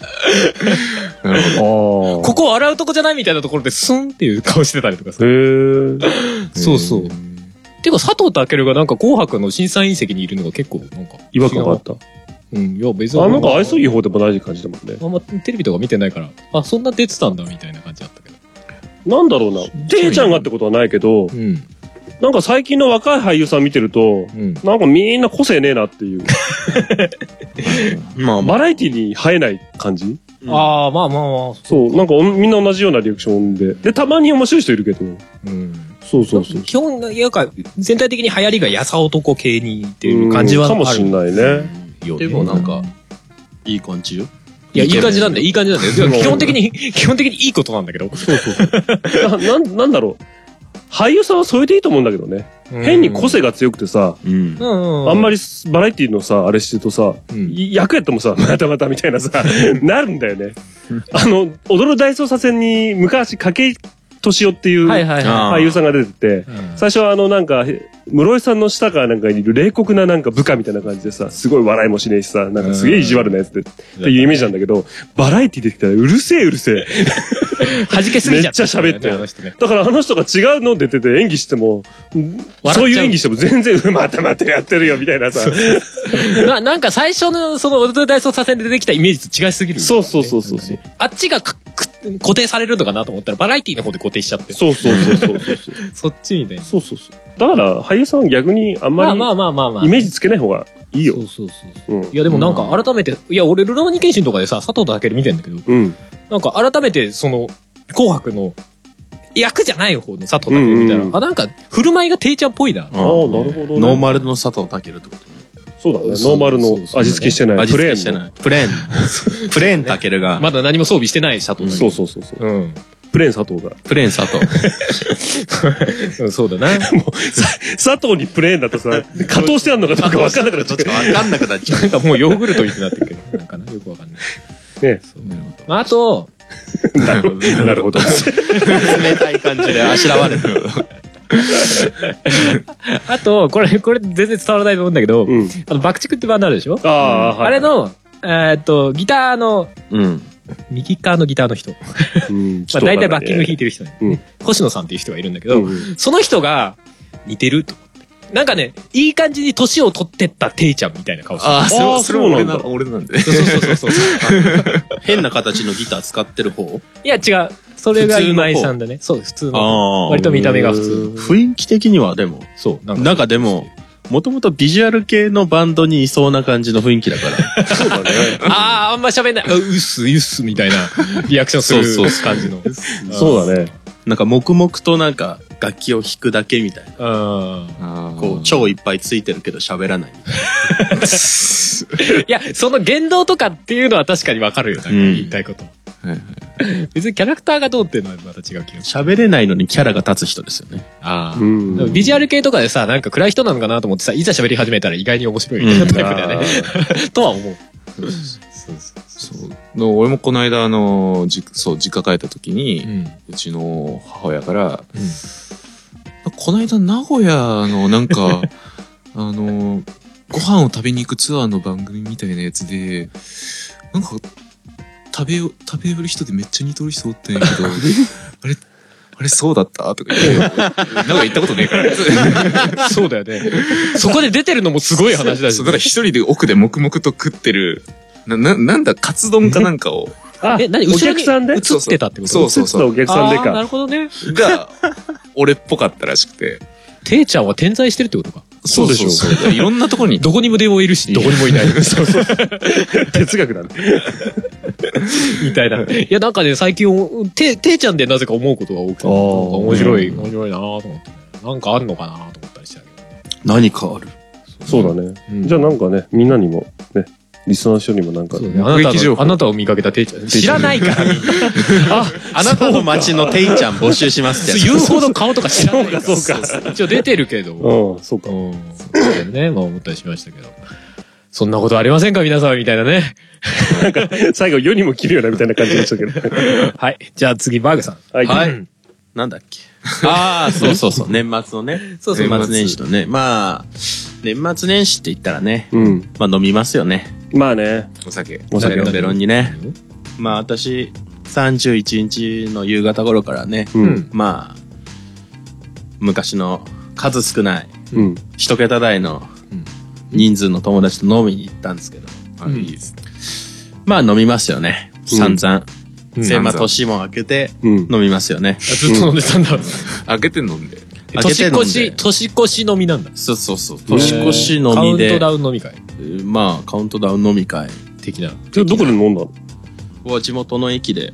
Speaker 2: あ
Speaker 5: なるほど。
Speaker 2: あ。 こ
Speaker 1: ここ笑うとこじゃないみたいなところでスンっていう顔してたりとかさ
Speaker 2: へ。え。
Speaker 1: そうそう。てか佐藤健がなんか紅白の審査員席にいるのが結構なんか。
Speaker 2: 違和感があった。
Speaker 1: うん、いや別に。
Speaker 2: あ、なんか愛想いい方でもない感じだもんね。
Speaker 1: あんまテレビとか見てないから、あ、そんな出てたんだみたいな感じだったけど。
Speaker 2: なんだろうな。ていちゃんがってことはないけど、
Speaker 1: うん。
Speaker 2: なんか最近の若い俳優さん見てると、
Speaker 1: うん。
Speaker 2: なんかみんな個性ねえなって いう。
Speaker 5: まあまあ、
Speaker 2: バラエティに生えない感じ
Speaker 1: ああ、まあまあまあ。
Speaker 2: そう。なんかおみんな同じようなリアクションで。で、たまに面白い人いるけど。
Speaker 1: うん。
Speaker 2: そうそうそう。
Speaker 1: 基本、なんか、全体的に流行りがやさ男系にっていう感じはあ
Speaker 2: うん
Speaker 1: る
Speaker 2: かもしんないね。
Speaker 1: よね
Speaker 4: でもなんか、いい感じよ。
Speaker 1: いや、いい感じなんだよ、いい感じなんだよ。でも
Speaker 2: うん
Speaker 1: 基本的に、 基本的にいいことなんだけど。
Speaker 2: そうそうそう。 な、なんなんだろう。俳優さんはそれでいいと思うんだけどね。変に個性が強くてさ、
Speaker 5: うん
Speaker 1: う。ん。
Speaker 2: あんまりバラエティのさ、あれしてるとさ、
Speaker 1: うん
Speaker 2: い役やっても さ、またまたみたいなさ、 なるんだよね。あの、踊る大捜査線に昔、筧敏夫っていう
Speaker 1: はいはいは
Speaker 5: あー
Speaker 2: 俳優さんが出てて、
Speaker 1: い。
Speaker 2: 最初はあのなんか、へ室井さんの下かなんかにいる冷酷ななんか部下みたいな感じでさ、すごい笑いもしねえしさ、なんかすげえ意地悪なやつで、っていうイメージなんだけど、バラエティできたらうるせえうるせえ。
Speaker 1: 弾けすぎちゃった。
Speaker 2: めっちゃ喋ってる
Speaker 1: あの人ね。
Speaker 2: だからあの人が違うの出てて演技しても、
Speaker 1: う
Speaker 2: そういう演技しても全然、うんまたまたやってるよみたいなさ。
Speaker 1: な、なんか最初の、その、踊る大捜査線で出てきたイメージと違いすぎる。
Speaker 2: そうそうそうそうそう。
Speaker 1: あっちがかく固定されるのかなと思ったら、バラエティの方で固定しちゃって。
Speaker 2: そうそうそうそうそうそう。
Speaker 1: そっちみたいな。
Speaker 2: そうそうそう。だから俳優さんは逆にあん
Speaker 1: まあま
Speaker 2: ま
Speaker 1: あまあまあまあ。
Speaker 2: りイメージつけない方がいいよ
Speaker 1: そ。うそうそう。
Speaker 2: うん。
Speaker 1: いやでもなんか改めて、いや俺ルローニケンシンとかでさ、佐藤健見てんだけど、
Speaker 2: うん。
Speaker 1: なんか改めてその、紅白の、役じゃない方の佐藤健みたいな、
Speaker 2: うんうんうん
Speaker 1: あ、なんか、振る舞いがていちゃんっぽいな。
Speaker 2: ああ、なるほどね。
Speaker 4: ノーマルの佐藤健ってこと
Speaker 2: そうだね。ノーマルの味付けしてない。
Speaker 4: 味
Speaker 2: プ
Speaker 4: 付
Speaker 2: レ
Speaker 4: けして
Speaker 2: ーンの。
Speaker 4: ない。プ レーン。プレーンタケルが、
Speaker 1: まだ何も装備してない佐藤健。
Speaker 2: そうそうそうそう。
Speaker 1: うん。
Speaker 2: プレーン佐藤が。
Speaker 4: プレーン佐藤。
Speaker 1: うん。そうだ な。
Speaker 2: 佐藤にプレーンだとさ、加藤してあんのかどうか分かんなくなっちゃう。
Speaker 4: わかんなくなっちゃ
Speaker 1: なんかもうヨーグルトになってるけど、なんかな、よくわかんない。
Speaker 2: ね
Speaker 1: そう。まあ、あと、
Speaker 2: なるほど。
Speaker 4: う。冷たい感じであしらわれてる。
Speaker 1: あと、これ、これ全然伝わらないと思うんだけど、
Speaker 2: うん。
Speaker 1: あの、爆竹ってバンドあるでしょ、
Speaker 2: ああ、はい。
Speaker 1: あれ、の、えーっと、ギターの、
Speaker 5: うん。
Speaker 1: 右側のギターの人。
Speaker 2: うん。
Speaker 1: まあ、大体バッキング弾いてる人ね、
Speaker 2: うん
Speaker 1: 星野さんっていう人がいるんだけ
Speaker 2: う
Speaker 1: ど、
Speaker 2: んうん
Speaker 1: その人が似てると思って。なんかね、いい感じに年を取ってったていちゃんみたいな顔してる。
Speaker 5: ああ、そ
Speaker 2: あー
Speaker 5: れそれも
Speaker 2: そう
Speaker 5: 俺
Speaker 2: なん
Speaker 5: な
Speaker 2: だ
Speaker 5: 俺なんでね。
Speaker 1: そうそうそうそうそう。
Speaker 4: 変な形のギター使ってる方
Speaker 1: いや、違う。それが
Speaker 4: 普通の方
Speaker 1: 今井さんだね。そう、普通の。
Speaker 4: あ
Speaker 1: 割と見た目が普通。
Speaker 4: 雰囲気的にはでも、
Speaker 1: そう、なんか。
Speaker 4: なんかでも、もともとビジュアル系のバンドにいそうな感じの雰囲気だ から。
Speaker 1: ああ、あんま喋んない。あうっす、うっす、みたいなリアクションする
Speaker 4: そうそうそう
Speaker 1: 感じの。 う
Speaker 2: そうだね。
Speaker 4: なんか黙々となんか楽器を弾くだけみたいな。
Speaker 1: ん。
Speaker 4: こう、超いっぱいついてるけど喋らないみたい
Speaker 1: いや、その言動とかっていうのは確かにわかるよ。なんか
Speaker 4: うん
Speaker 1: 言いたいこと。
Speaker 5: はいはい
Speaker 1: 別にキャラクターがどうっていうのはまた違う気がする。
Speaker 4: な。喋れないのにキャラが立つ人ですよね。
Speaker 1: ああ
Speaker 2: う。
Speaker 1: でも
Speaker 2: ん。
Speaker 1: ビジュアル系とかでさ、なんか暗い人なのかなと思ってさ、いざ喋り始めたら意外に面白いみたいなタイプだよね。とは思う。
Speaker 5: そう。の俺もこの間、あの、じそう、実家帰った時に、うちの母親から、この間名古屋のなんか、 あの、ご飯を食べに行くツアーの番組みたいなやつで、なんか、食べよ、食べよる人でめっちゃ似とる人おったんやけ ど、あれ、あれそうだったとか言って、なんか行ったことねえから。
Speaker 1: そう だよね。そこで出てるのもすごい話だし
Speaker 5: そう、だ。から一人で奥で黙々と食ってるな、な、なんだ、カツ丼かなんかを、
Speaker 2: あ、
Speaker 1: え、何
Speaker 2: お
Speaker 1: 後ろ
Speaker 2: 客
Speaker 1: に
Speaker 2: さんで
Speaker 1: 映ってたってこと
Speaker 5: そうそうそう
Speaker 2: お客さんで
Speaker 1: あーな
Speaker 2: か。
Speaker 1: るほどね。
Speaker 5: が、俺っぽかったらしくて。
Speaker 1: ていちゃんは点在してるってことか。
Speaker 5: そうでしょうそう。いろんなとこに、
Speaker 1: どこにもでもいるし、どこにも いない。そうそう。
Speaker 2: 哲学だね。
Speaker 1: みたいな。いや、なんかね、最近お、て、ていちゃんでなぜか思うことが多くて、なんか面白い、面白いなぁと思ってね。なんかあんのかなぁと思ったりしたけど。
Speaker 4: 何かある。
Speaker 2: そうだね。
Speaker 1: うん
Speaker 2: じゃあなんかね、みんなにも、ね、リスナーの人にもなんか
Speaker 1: そ、うね。あな
Speaker 5: 目撃
Speaker 1: た
Speaker 5: 情
Speaker 1: の、
Speaker 5: 報
Speaker 1: あなたを見かけたていちゃん。 知らないから。あ、
Speaker 4: あなたの町のていちゃん募集しますってや
Speaker 1: 言うほど顔とか知らないから。
Speaker 2: そうか
Speaker 1: そうそう一応出てるけど。
Speaker 2: うん、そうか。
Speaker 1: うん。そうだよね。まあ思ったりしましたけど。そんなことありませんか皆様みたいなね。
Speaker 2: 最後世にも切るようなみたいな感じでしたけど。
Speaker 1: はい。じゃあ次、バーグさん。
Speaker 2: はい。
Speaker 4: は
Speaker 1: うん
Speaker 4: い。なんだっけ。ああ、そうそうそう。 年末のね。
Speaker 1: そう
Speaker 5: そう
Speaker 4: 年末年始のね。まあ、年末年始って言ったらね、
Speaker 2: うん。
Speaker 4: まあ飲みますよね。
Speaker 2: まあね、
Speaker 5: お酒。
Speaker 2: お
Speaker 4: ベ
Speaker 2: 酒
Speaker 4: ロ
Speaker 2: を
Speaker 4: ン。ベロンにね。まあ私、31日の夕方頃からね、
Speaker 2: うん。
Speaker 4: まあ、昔の数少ない
Speaker 2: うん。
Speaker 4: 一桁台の
Speaker 1: うん
Speaker 4: 人数の友達と飲みに行ったんですけど、
Speaker 5: あいいです。
Speaker 4: まあ飲みますよね。散々。
Speaker 1: うん
Speaker 4: で、まあ
Speaker 5: 散々
Speaker 4: 年も明けて
Speaker 2: うん。
Speaker 4: 飲みますよね。
Speaker 1: あずっと飲んでたんだ。
Speaker 5: 開けて飲んで。
Speaker 4: 明け
Speaker 1: 年
Speaker 4: て飲んで
Speaker 1: 越し、年越し飲みなんだ。
Speaker 4: そうそうそう。年越し飲み
Speaker 1: カウント
Speaker 4: で、
Speaker 1: ダウン飲み会
Speaker 4: まあカウントダウン飲み会。
Speaker 1: 的な。
Speaker 2: じゃあどこで飲んだの
Speaker 4: ここは地元の駅で、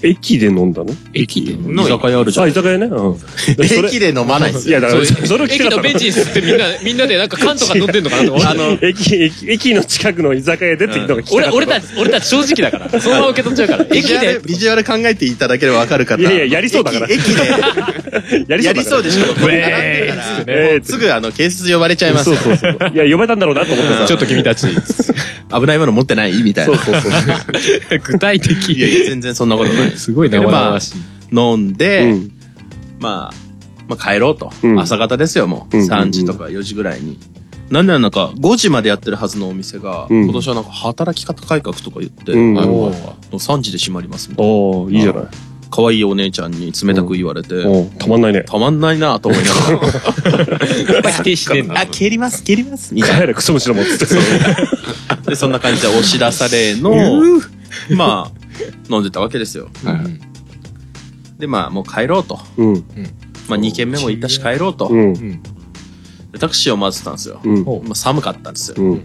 Speaker 2: 駅で飲んだの
Speaker 4: 駅で
Speaker 5: の
Speaker 4: 居酒屋あるじゃ
Speaker 2: あ、
Speaker 4: ん
Speaker 2: 居。酒屋ね。うん。それ
Speaker 4: 駅で飲まないんです
Speaker 2: いや、
Speaker 4: よ。
Speaker 2: だから、それを聞き
Speaker 1: 駅
Speaker 2: たか
Speaker 1: の
Speaker 2: った
Speaker 1: ベンチに吸ってみんな、 みんなでなんか缶とか飲んでんのかなと 思っ
Speaker 4: あ
Speaker 1: て。
Speaker 4: の、
Speaker 2: 駅、駅、駅の近くの居酒屋出てきたのが聞きた
Speaker 1: 俺、
Speaker 2: か
Speaker 1: 俺た
Speaker 2: った。
Speaker 1: ち、俺たち正直だから。そのまま受け取っちゃうか ら。
Speaker 4: ビ
Speaker 1: 駅
Speaker 4: ジュアル
Speaker 1: で、
Speaker 4: ビジュアル考えていただければわかる方。
Speaker 2: いやいややりそうだから
Speaker 4: 駅駅で、
Speaker 2: や
Speaker 4: やりそう
Speaker 2: で
Speaker 4: でしょ。
Speaker 1: ウェーイっつってね
Speaker 2: えー
Speaker 4: すぐあの、警察呼ばれちゃいます
Speaker 2: そうそうそう。いや、呼ばれたんだろうなと思ってさ。
Speaker 1: ちょっと君た ち、
Speaker 4: 危ないもの持ってないみたい
Speaker 2: そう
Speaker 4: な。
Speaker 2: そうそう。
Speaker 1: 具体
Speaker 4: いやい
Speaker 1: 的。
Speaker 4: や、全然そんなことないです。
Speaker 1: すごい生々しい。
Speaker 4: 飲ん
Speaker 2: う
Speaker 4: で、
Speaker 2: ん。
Speaker 4: まあ、まあ帰ろうと。
Speaker 2: うん
Speaker 4: 朝方ですよ、もう。
Speaker 2: うん
Speaker 4: 3時とか4時ぐらいに。なんでなんか、5時までやってるはずのお店が、
Speaker 2: うん
Speaker 4: 今年はなんか働き方改革とか言って、
Speaker 2: うん
Speaker 4: あの
Speaker 1: おー
Speaker 4: 3時で閉まりますみたいな。
Speaker 2: おー、いいじゃない。
Speaker 4: 可愛いお姉ちゃんに冷たく言われて、
Speaker 2: おー、たまんないね。
Speaker 4: たまんないなと思いながら。
Speaker 1: 否定してんの
Speaker 4: あ、蹴ります、蹴ります、みたいな。
Speaker 2: 帰れ、クソ虫だもんっつって。
Speaker 4: で、そんな感じで押し出され の、まあ、飲んでたわけですよ。
Speaker 5: はい
Speaker 4: で、まあ、もう帰ろうと。
Speaker 2: うん。
Speaker 4: まあ、2軒目も行ったし帰ろうと。
Speaker 2: う
Speaker 1: う
Speaker 2: ん。
Speaker 1: ん
Speaker 4: でタクシーを待ってたんですよ。
Speaker 2: うん。
Speaker 1: お
Speaker 4: まあ、寒かったんですよ。
Speaker 2: うん。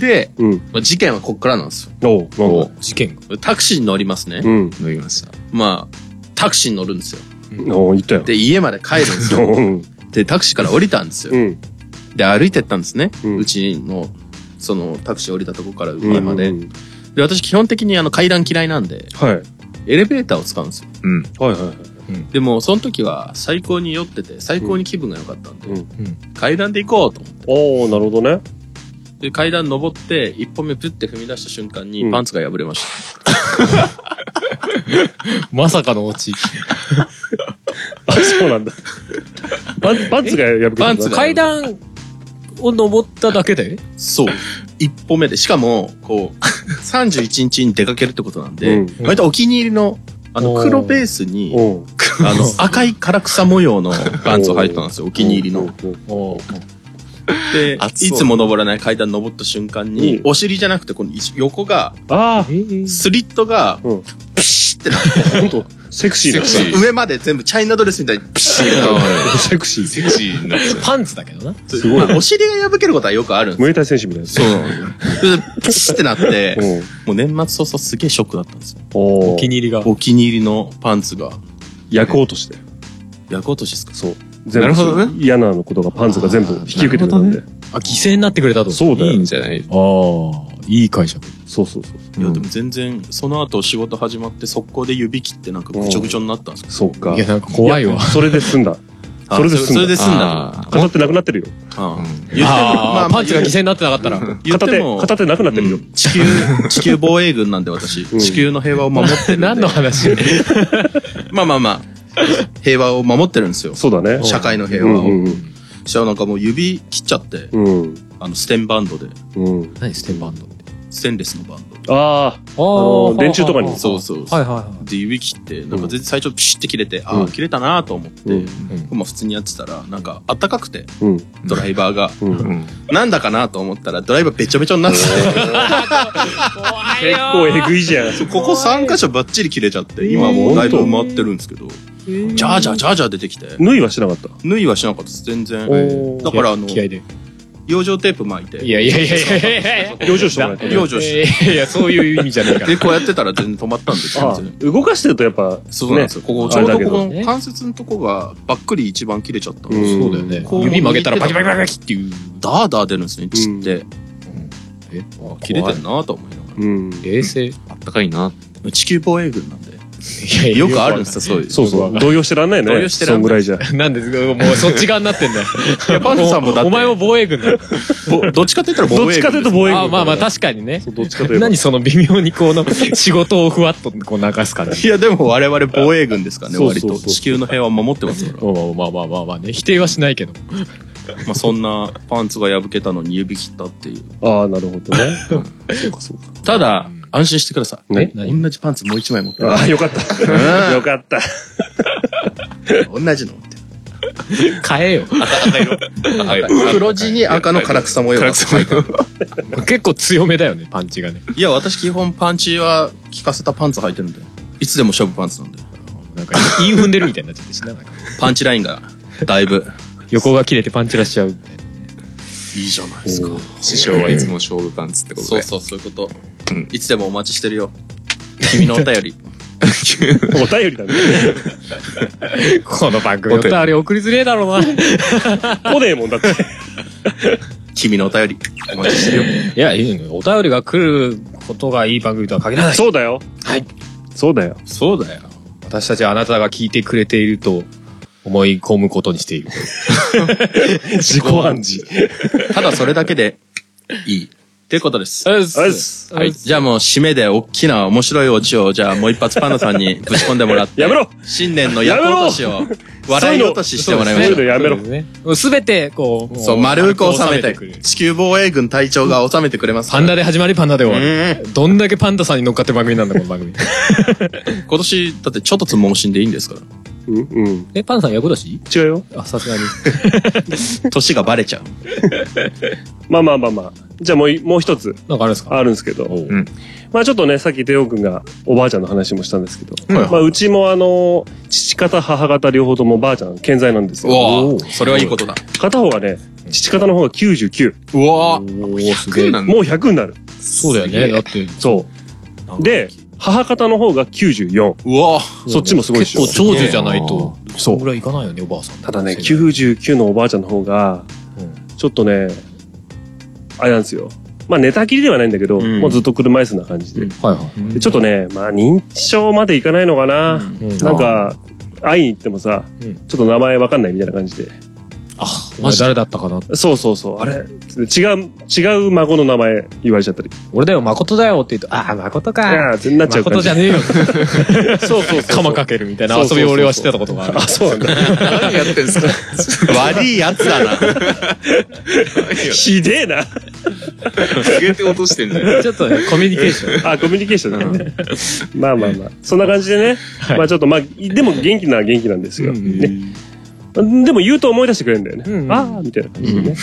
Speaker 4: で、
Speaker 2: うん。
Speaker 4: まあ、事件はこっからなんです
Speaker 2: おー、なんだ。
Speaker 1: 事件が。
Speaker 4: よ。タクシーに乗りますね。
Speaker 2: うん。
Speaker 5: 飲みました。
Speaker 4: まあ、タクシーに乗るんですよ。
Speaker 2: おー、行ったよ。
Speaker 4: で、家まで帰るんです よ。
Speaker 2: うん。
Speaker 4: で、タクシーから降りたんです
Speaker 2: う
Speaker 4: よ。
Speaker 2: ん。
Speaker 4: で、歩いてったんですね。
Speaker 2: うん
Speaker 4: うちの、その、タクシー降りたとこから
Speaker 2: うん
Speaker 4: 家まで。で、私基本的にあの階段嫌いなんで、
Speaker 2: はい。はい
Speaker 4: エレベーターを使うんですよ。
Speaker 5: うん。
Speaker 2: はいはい。
Speaker 4: でも、その時は最高に酔ってて、最高に気分が良かったんで、
Speaker 2: うんうん
Speaker 4: 階段で行こうと思って。
Speaker 2: おー、なるほどね。
Speaker 4: で、階段登って、一歩目プって踏み出した瞬間
Speaker 2: う
Speaker 4: に
Speaker 2: ん
Speaker 4: パンツが破れまし
Speaker 1: まさかのオチ。
Speaker 2: あ、そうなんだ。パ ンパンツが破けてた
Speaker 4: パンツが
Speaker 1: 階段を登っただけで
Speaker 4: た。そう。 一歩目で。しかも、こう、31日に 出かけるってことなんで、
Speaker 2: うん
Speaker 4: 割とお気に入りの、あの、
Speaker 1: おー
Speaker 4: 黒ベースに、
Speaker 2: おー。
Speaker 4: あの、赤い唐草模様のパンツを履いてたんですよ、お気に入りの。
Speaker 1: お
Speaker 4: で、
Speaker 5: 暑
Speaker 4: い
Speaker 5: そう
Speaker 4: つも登らない階段登った瞬間
Speaker 2: う
Speaker 4: に
Speaker 2: ん、
Speaker 4: お尻じゃなくて、この横が、
Speaker 2: あ
Speaker 4: スリットが
Speaker 2: うん、
Speaker 4: ピシッってなっ
Speaker 2: あ、ほんと、セクシーだ
Speaker 5: セクシー
Speaker 4: て、上まで全部チャイナドレスみたいにピシッてなって
Speaker 2: セクシー。
Speaker 5: セクシーになっちゃう。
Speaker 1: パンツだけどな。
Speaker 2: すごい
Speaker 4: まあお尻が破けることはよくあるんです
Speaker 2: ムエタイ選手みたいな。
Speaker 4: そうなんですよ。でピシッてなって、
Speaker 2: うん。
Speaker 4: もう年末早々すげえショックだったんですよ。
Speaker 2: お
Speaker 1: お気に入りが。
Speaker 4: お気に入りのパンツが、
Speaker 2: 焼こうとして。
Speaker 4: 焼こうとしてですか
Speaker 2: そう。全
Speaker 5: なるほどね
Speaker 2: 嫌なことがパンツが全部引き受けてくれたんで。
Speaker 1: あ、犠牲になってくれたと。
Speaker 2: そうだ
Speaker 5: いい
Speaker 2: よ
Speaker 5: ん。じゃない
Speaker 1: ああ、いい解釈。
Speaker 2: そうそうそう。
Speaker 4: いや、でも全然、その後仕事始まって速攻で指切ってなんかぐちょぐちょになったんですよ。
Speaker 2: そうか
Speaker 1: いや、。なんか怖いわ。
Speaker 2: それで済ん だ。
Speaker 4: あ
Speaker 2: それで済んだ
Speaker 4: それで済んだ。
Speaker 5: あ
Speaker 2: 飾ってなくなってるよ。
Speaker 4: あ
Speaker 5: う
Speaker 4: 言
Speaker 5: ん
Speaker 4: ってもま
Speaker 1: あ
Speaker 4: あ
Speaker 1: あ、パンツが犠牲になってなかったら。
Speaker 4: 言って
Speaker 2: 片手、
Speaker 4: も、
Speaker 2: 片手なくなってるよ
Speaker 4: う。ん地球、 地球防衛軍なんで私、
Speaker 2: ん
Speaker 4: 地球の平和を守ってるんで。
Speaker 1: 何の話
Speaker 4: まあまあまあ、平和を守ってるんですよ。
Speaker 2: そうだね。
Speaker 4: 社会の平
Speaker 2: う
Speaker 4: 和
Speaker 2: ん
Speaker 4: を。
Speaker 2: うん
Speaker 4: そしたらなんかもう指切っちゃって、
Speaker 2: うん。
Speaker 4: あの、ステンバンドで。
Speaker 2: うん。うん。
Speaker 1: 何ステンバンドって。
Speaker 4: ステンレスのバンド。
Speaker 2: あ
Speaker 1: あ
Speaker 2: の
Speaker 1: ー
Speaker 2: 電柱とかに
Speaker 1: はあ
Speaker 4: そうそうそ
Speaker 1: は
Speaker 4: う。
Speaker 1: いはいはい。
Speaker 4: で、指切って、なんか全然最初ピシッて切れて、ああ、切れたなと思って、
Speaker 2: うん
Speaker 4: まあ普通にやってたら、なんかあったかくて、
Speaker 2: あ、うん。
Speaker 4: ドライバーが。
Speaker 2: うん。
Speaker 4: なんだかなと思ったら、ドライバーべちょべちょになってて、
Speaker 7: 怖いよ
Speaker 2: 結構えぐいじゃん。
Speaker 4: そうここ3箇所バッチリ切れちゃって、今もうだいぶ埋まってるんですけど、ジャージャージャージャー出てきて、
Speaker 2: 縫いはしなかった。
Speaker 4: 縫いはしなかったです、全然。
Speaker 2: お
Speaker 4: だからあの、
Speaker 1: 気合で。
Speaker 4: 養生テープ巻いて、
Speaker 1: いやいやいやいやいやいや。
Speaker 2: 養生してもらえた。
Speaker 4: 養生して、
Speaker 1: いやいや、そういう意味じゃないから。
Speaker 4: で、こうやってたら全然止まったんですよ、
Speaker 2: あ
Speaker 4: 全然。
Speaker 2: 動かしてるとやっぱ、
Speaker 4: そうなんですよ。ここ、ちょうどここの関節のとこがばっくり一番切れちゃったんですよ
Speaker 2: うん
Speaker 4: こう
Speaker 1: 指曲げたらバキバキバキバキっていう。
Speaker 4: ダーダー出るんですね、ちって。
Speaker 1: え、
Speaker 4: 切れてんなと思いな
Speaker 2: う
Speaker 4: が
Speaker 2: ん。
Speaker 1: 冷静。い
Speaker 5: あったかいな。
Speaker 4: ら。地球防衛軍なんで。
Speaker 1: や
Speaker 4: よくあるんですよ、そういう。
Speaker 2: そうそう。動揺してらんないね。
Speaker 4: 動揺してらんない
Speaker 2: そんぐらいじゃ。
Speaker 1: なんですけど、もうそっち側になってんだ。いや、
Speaker 4: パンツさんもだって
Speaker 1: お前も防衛軍だよ。
Speaker 4: ぼどっちかって言ったら
Speaker 2: どっ
Speaker 4: 防衛
Speaker 2: ちか
Speaker 4: 軍
Speaker 2: というと
Speaker 4: です
Speaker 2: 防衛
Speaker 1: あ
Speaker 2: 軍。
Speaker 1: まあまあ、確かにね。
Speaker 2: どっちかというと。
Speaker 1: 何その微妙にこの仕事をふわっとこう流す感じ。
Speaker 4: いや、でも我々防衛軍ですからね、
Speaker 2: そうそう
Speaker 4: 割
Speaker 2: そう
Speaker 4: と。地球の平和を守ってますから。
Speaker 1: まあまあまあまあね。否定はしないけど。
Speaker 4: まあそんなパンツが破けたのに指切ったっていう。
Speaker 2: ああ、なるほどね。
Speaker 4: ただ、安心してください。
Speaker 2: ね
Speaker 1: 何
Speaker 4: 同じパンツもう一枚持ってる
Speaker 2: ああ、よかった。よかった。
Speaker 4: 同じの持ってる
Speaker 1: 変えよ。
Speaker 4: 黒地に赤の唐草模様が
Speaker 1: 結構強めだよね、パンチがね。
Speaker 4: いや、私基本パンチは効かせたパンツ履いてるんで。いつでも勝負パンツなんで。
Speaker 1: なんか、インフンでるみたいになっちゃってしななんか
Speaker 4: パンチラインが、だいぶ。
Speaker 1: 横が切れてパンチラしちゃうみたいな。
Speaker 4: いいじゃないですか。
Speaker 5: 師匠はいつも勝負パンツってこと
Speaker 4: そう
Speaker 5: で。
Speaker 4: そう、そういうこと。
Speaker 5: うん
Speaker 4: いつでもお待ちしてるよ。君のお便り。
Speaker 2: お便りだね。
Speaker 1: この番組のあれ送りづれえだろうな。い
Speaker 2: 来ねえもんだって。
Speaker 4: 君のお便り。お待ちしてるよ。
Speaker 1: や、いいのよお便りが来ることがいい番組とは限らない。
Speaker 2: そうだよ。
Speaker 1: はい。
Speaker 2: そうだよ。
Speaker 4: そうだよ。
Speaker 1: 私たちはあなたが聞いてくれていると思い込むことに している。
Speaker 2: 自己暗示。
Speaker 4: ただそれだけで、いい。っていうことです。
Speaker 1: う
Speaker 2: あれっ
Speaker 1: す。
Speaker 2: す。
Speaker 4: はい。じゃあもう締めで大きな面白いオチを、じゃあもう一発パンダさんにぶち込んでもらって。
Speaker 2: やめろ
Speaker 4: 新年の厄落としを、笑い落とししてもらいま
Speaker 2: そういう
Speaker 4: しょ
Speaker 2: の
Speaker 4: う。
Speaker 2: やめろ。
Speaker 1: ろ。すべて、こう。
Speaker 4: そう、丸く収めて
Speaker 1: くれる、
Speaker 4: 地球防衛軍隊長が収めてくれます。
Speaker 1: パンダで始まり、パンダで終わ
Speaker 4: え
Speaker 1: る。どんだけパンダさんに乗っかって番組なんだ、この番組。
Speaker 4: 今年、だってちょっとつももしんでいいんですから。
Speaker 2: うん、うん。
Speaker 1: え、パンダさん役年
Speaker 2: 違うよ。
Speaker 1: あ、さすがに。
Speaker 4: 年がバレちゃう。
Speaker 2: まあまあまあまあ。じゃあもうい、もう一つ
Speaker 1: なんかあるんですか
Speaker 2: あるんですけど。
Speaker 1: おう
Speaker 5: うん
Speaker 2: まあちょっとね、さっきテオ君がおばあちゃんの話もしたんですけど。
Speaker 4: はいはい
Speaker 2: まあうちもあの、父方、母方両方ともばあちゃん健在なんです
Speaker 4: う
Speaker 2: よ。
Speaker 4: わぁ、それはいいことだ。
Speaker 2: 片方がね、父方の方が99。
Speaker 4: うわぁ、
Speaker 1: おーすげえ。
Speaker 2: もう100になる。
Speaker 1: そうだよね。だって、
Speaker 2: そう。で、母方の方が94。
Speaker 4: うわぁ、
Speaker 2: そっちもすごいでしょ。
Speaker 1: 結構長寿じゃないと、
Speaker 2: そ
Speaker 1: そうう。ぐらいいかないよね、おばあさん。
Speaker 2: ただね、99のおばあちゃんの方が、ちょっとね、あれなんですよ。まあ寝たきりではないんだけど、
Speaker 4: ん
Speaker 2: もうずっと車椅子な感じで。
Speaker 1: はいはい。
Speaker 2: でちょっとね、まあ認知症までいかないのかな。なんか、会いに行ってもさ、
Speaker 1: うん
Speaker 2: ちょっと名前わかんないみたいな感じで。
Speaker 1: お前誰だったかな
Speaker 2: そうそうそう、あれ違う、違う孫の名前言われちゃったり。
Speaker 1: 俺だよ、誠だよって言うと、ああ、誠
Speaker 2: あ
Speaker 1: か。
Speaker 2: あー、ってなっちゃう
Speaker 1: 誠
Speaker 2: 感
Speaker 1: じ
Speaker 2: じ。
Speaker 1: ゃねえよ。
Speaker 2: そうそうそう。
Speaker 1: カマかけるみたいな
Speaker 2: そう
Speaker 1: 遊
Speaker 2: そうそうそう
Speaker 1: びを俺はしてたことがある
Speaker 2: あ、。そうなんだ。
Speaker 5: 何やってんすか
Speaker 4: 悪いやつだな。
Speaker 2: ひでえな。
Speaker 5: 上げて落としてんだよ。
Speaker 1: ちょっとね、コミュニケーション。
Speaker 2: あ、コミュニケーションだね。まあまあまあ。そんな感じでね。まあちょっとまあ、でも元気なら元気なんですよ。ねでも言うと思い出してくれるんだよ
Speaker 1: うんう
Speaker 2: ね。
Speaker 1: ん
Speaker 2: ああ、みたいな感じでね。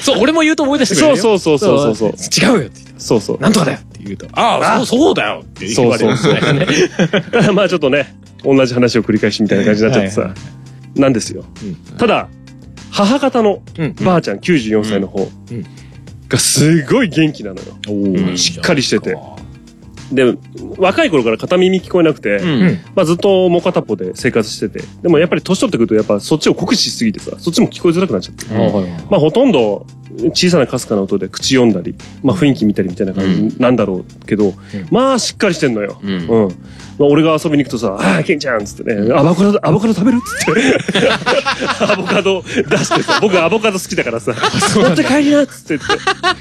Speaker 1: そう、俺も言うと思い出してくれ
Speaker 2: そ
Speaker 1: る
Speaker 2: う
Speaker 1: よ。
Speaker 2: そうそうそうそう。
Speaker 1: そう。違うよって言って、
Speaker 2: そうそう。
Speaker 1: なんとかだよって言うと、ああ、そうそうだよって言われるんですね。
Speaker 2: た だまあちょっとね、同じ話を繰り返しみたいな感じになっちゃって
Speaker 1: はい
Speaker 2: さ。なんですよ。ただ、母方の
Speaker 1: うん
Speaker 2: ばあちゃん94歳の方
Speaker 1: うん
Speaker 2: がすごい元気なのよ。
Speaker 1: お
Speaker 2: しっかりしてて。で、若い頃から片耳聞こえなくて、
Speaker 1: ん
Speaker 2: まあずっともう片っぽで生活してて、でもやっぱり年取ってくるとやっぱそっちを酷使しすぎてさ、そっちも聞こえづらくなっちゃって。
Speaker 1: ああはいはい
Speaker 2: まあほとんど小さなかすかな音で口読んだり、まあ雰囲気見たりみたいな感じなんだろうけど、まあしっかりしてんのよ。うん。まあ俺が遊びに行くとさ、ああ、ケンちゃんっつってね、アボカド、アボカド食べるっつって。 アボカド出してさ、僕アボカド好きだからさ、持って帰りなっつって 言って、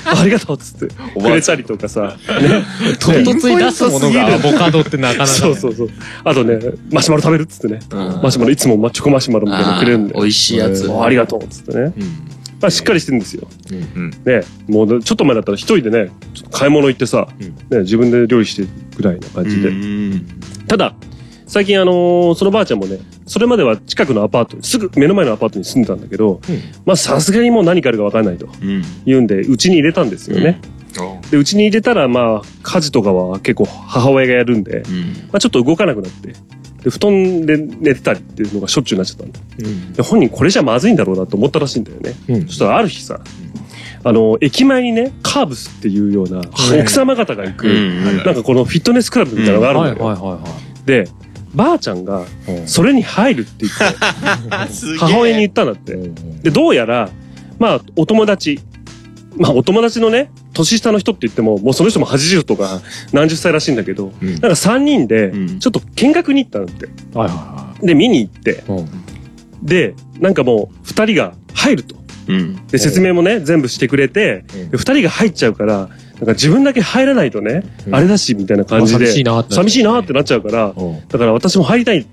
Speaker 2: ありがとうっつって、くれたりとかさ、ね。
Speaker 1: 唐突に出すものがアボカドってなかなか。
Speaker 2: そうそうそう。あとね、マシュマロ食べるっつってね。マシュマロいつもチョコマシュマロみたいなのくれるんで。
Speaker 4: 美味しいやつ。
Speaker 2: あありがとうっつってね。あしっかりしてるんですよ。
Speaker 5: うん
Speaker 2: ね、もうちょっと前だったら一人でね、ちょっと買い物行ってさ、ね、自分で料理してぐらいな感じで。ただ、最近あのーそのばあちゃんもね、それまでは近くのアパート、すぐ目の前のアパートに住んでたんだけど、まあさすがにもう何かあるかわかんないと
Speaker 4: うん。
Speaker 2: 言うんで、うちに入れたんですよね。で、うちに入れたらまあ家事とかは結構母親がやるんで、
Speaker 4: うん。
Speaker 2: まあちょっと動かなくなって、で、布団で寝てたりっていうのがしょっちゅうになっちゃったんだ。
Speaker 4: うん。
Speaker 2: で本人これじゃまずいんだろうなと思ったらしいんだよね。
Speaker 1: うん
Speaker 2: そしたらある日さ、あの、駅前にね、カーブスっていうような、奥様方が行く、
Speaker 4: うん
Speaker 2: なんかこのフィットネスクラブみたいなのがあるんだよ。
Speaker 1: いは
Speaker 2: で、ばあちゃんが、それに入るって言って、母親に言ったんだって。で、どうやら、まあ、お友達、まあ、お友達のね、年下の人って言っても、もうその人も80とか何十歳らしいんだけど、
Speaker 4: うん
Speaker 2: なんか3人で
Speaker 4: うん、
Speaker 2: ちょっと見学に行ったんだって。
Speaker 1: い。はいは
Speaker 2: で、見に行って、
Speaker 1: うん
Speaker 2: で、なんかもう、2人が入ると。
Speaker 4: うん。
Speaker 2: で、説明もね、全部してくれて、
Speaker 1: うん
Speaker 2: で二人が入っちゃうから、なんか自分だけ入らないとね、
Speaker 1: うん
Speaker 2: あれだし、みたいな感じで、
Speaker 1: 寂しいなって。
Speaker 2: 寂しいなってなっちゃうから、
Speaker 1: うん。っ
Speaker 2: だから私も入りたいっ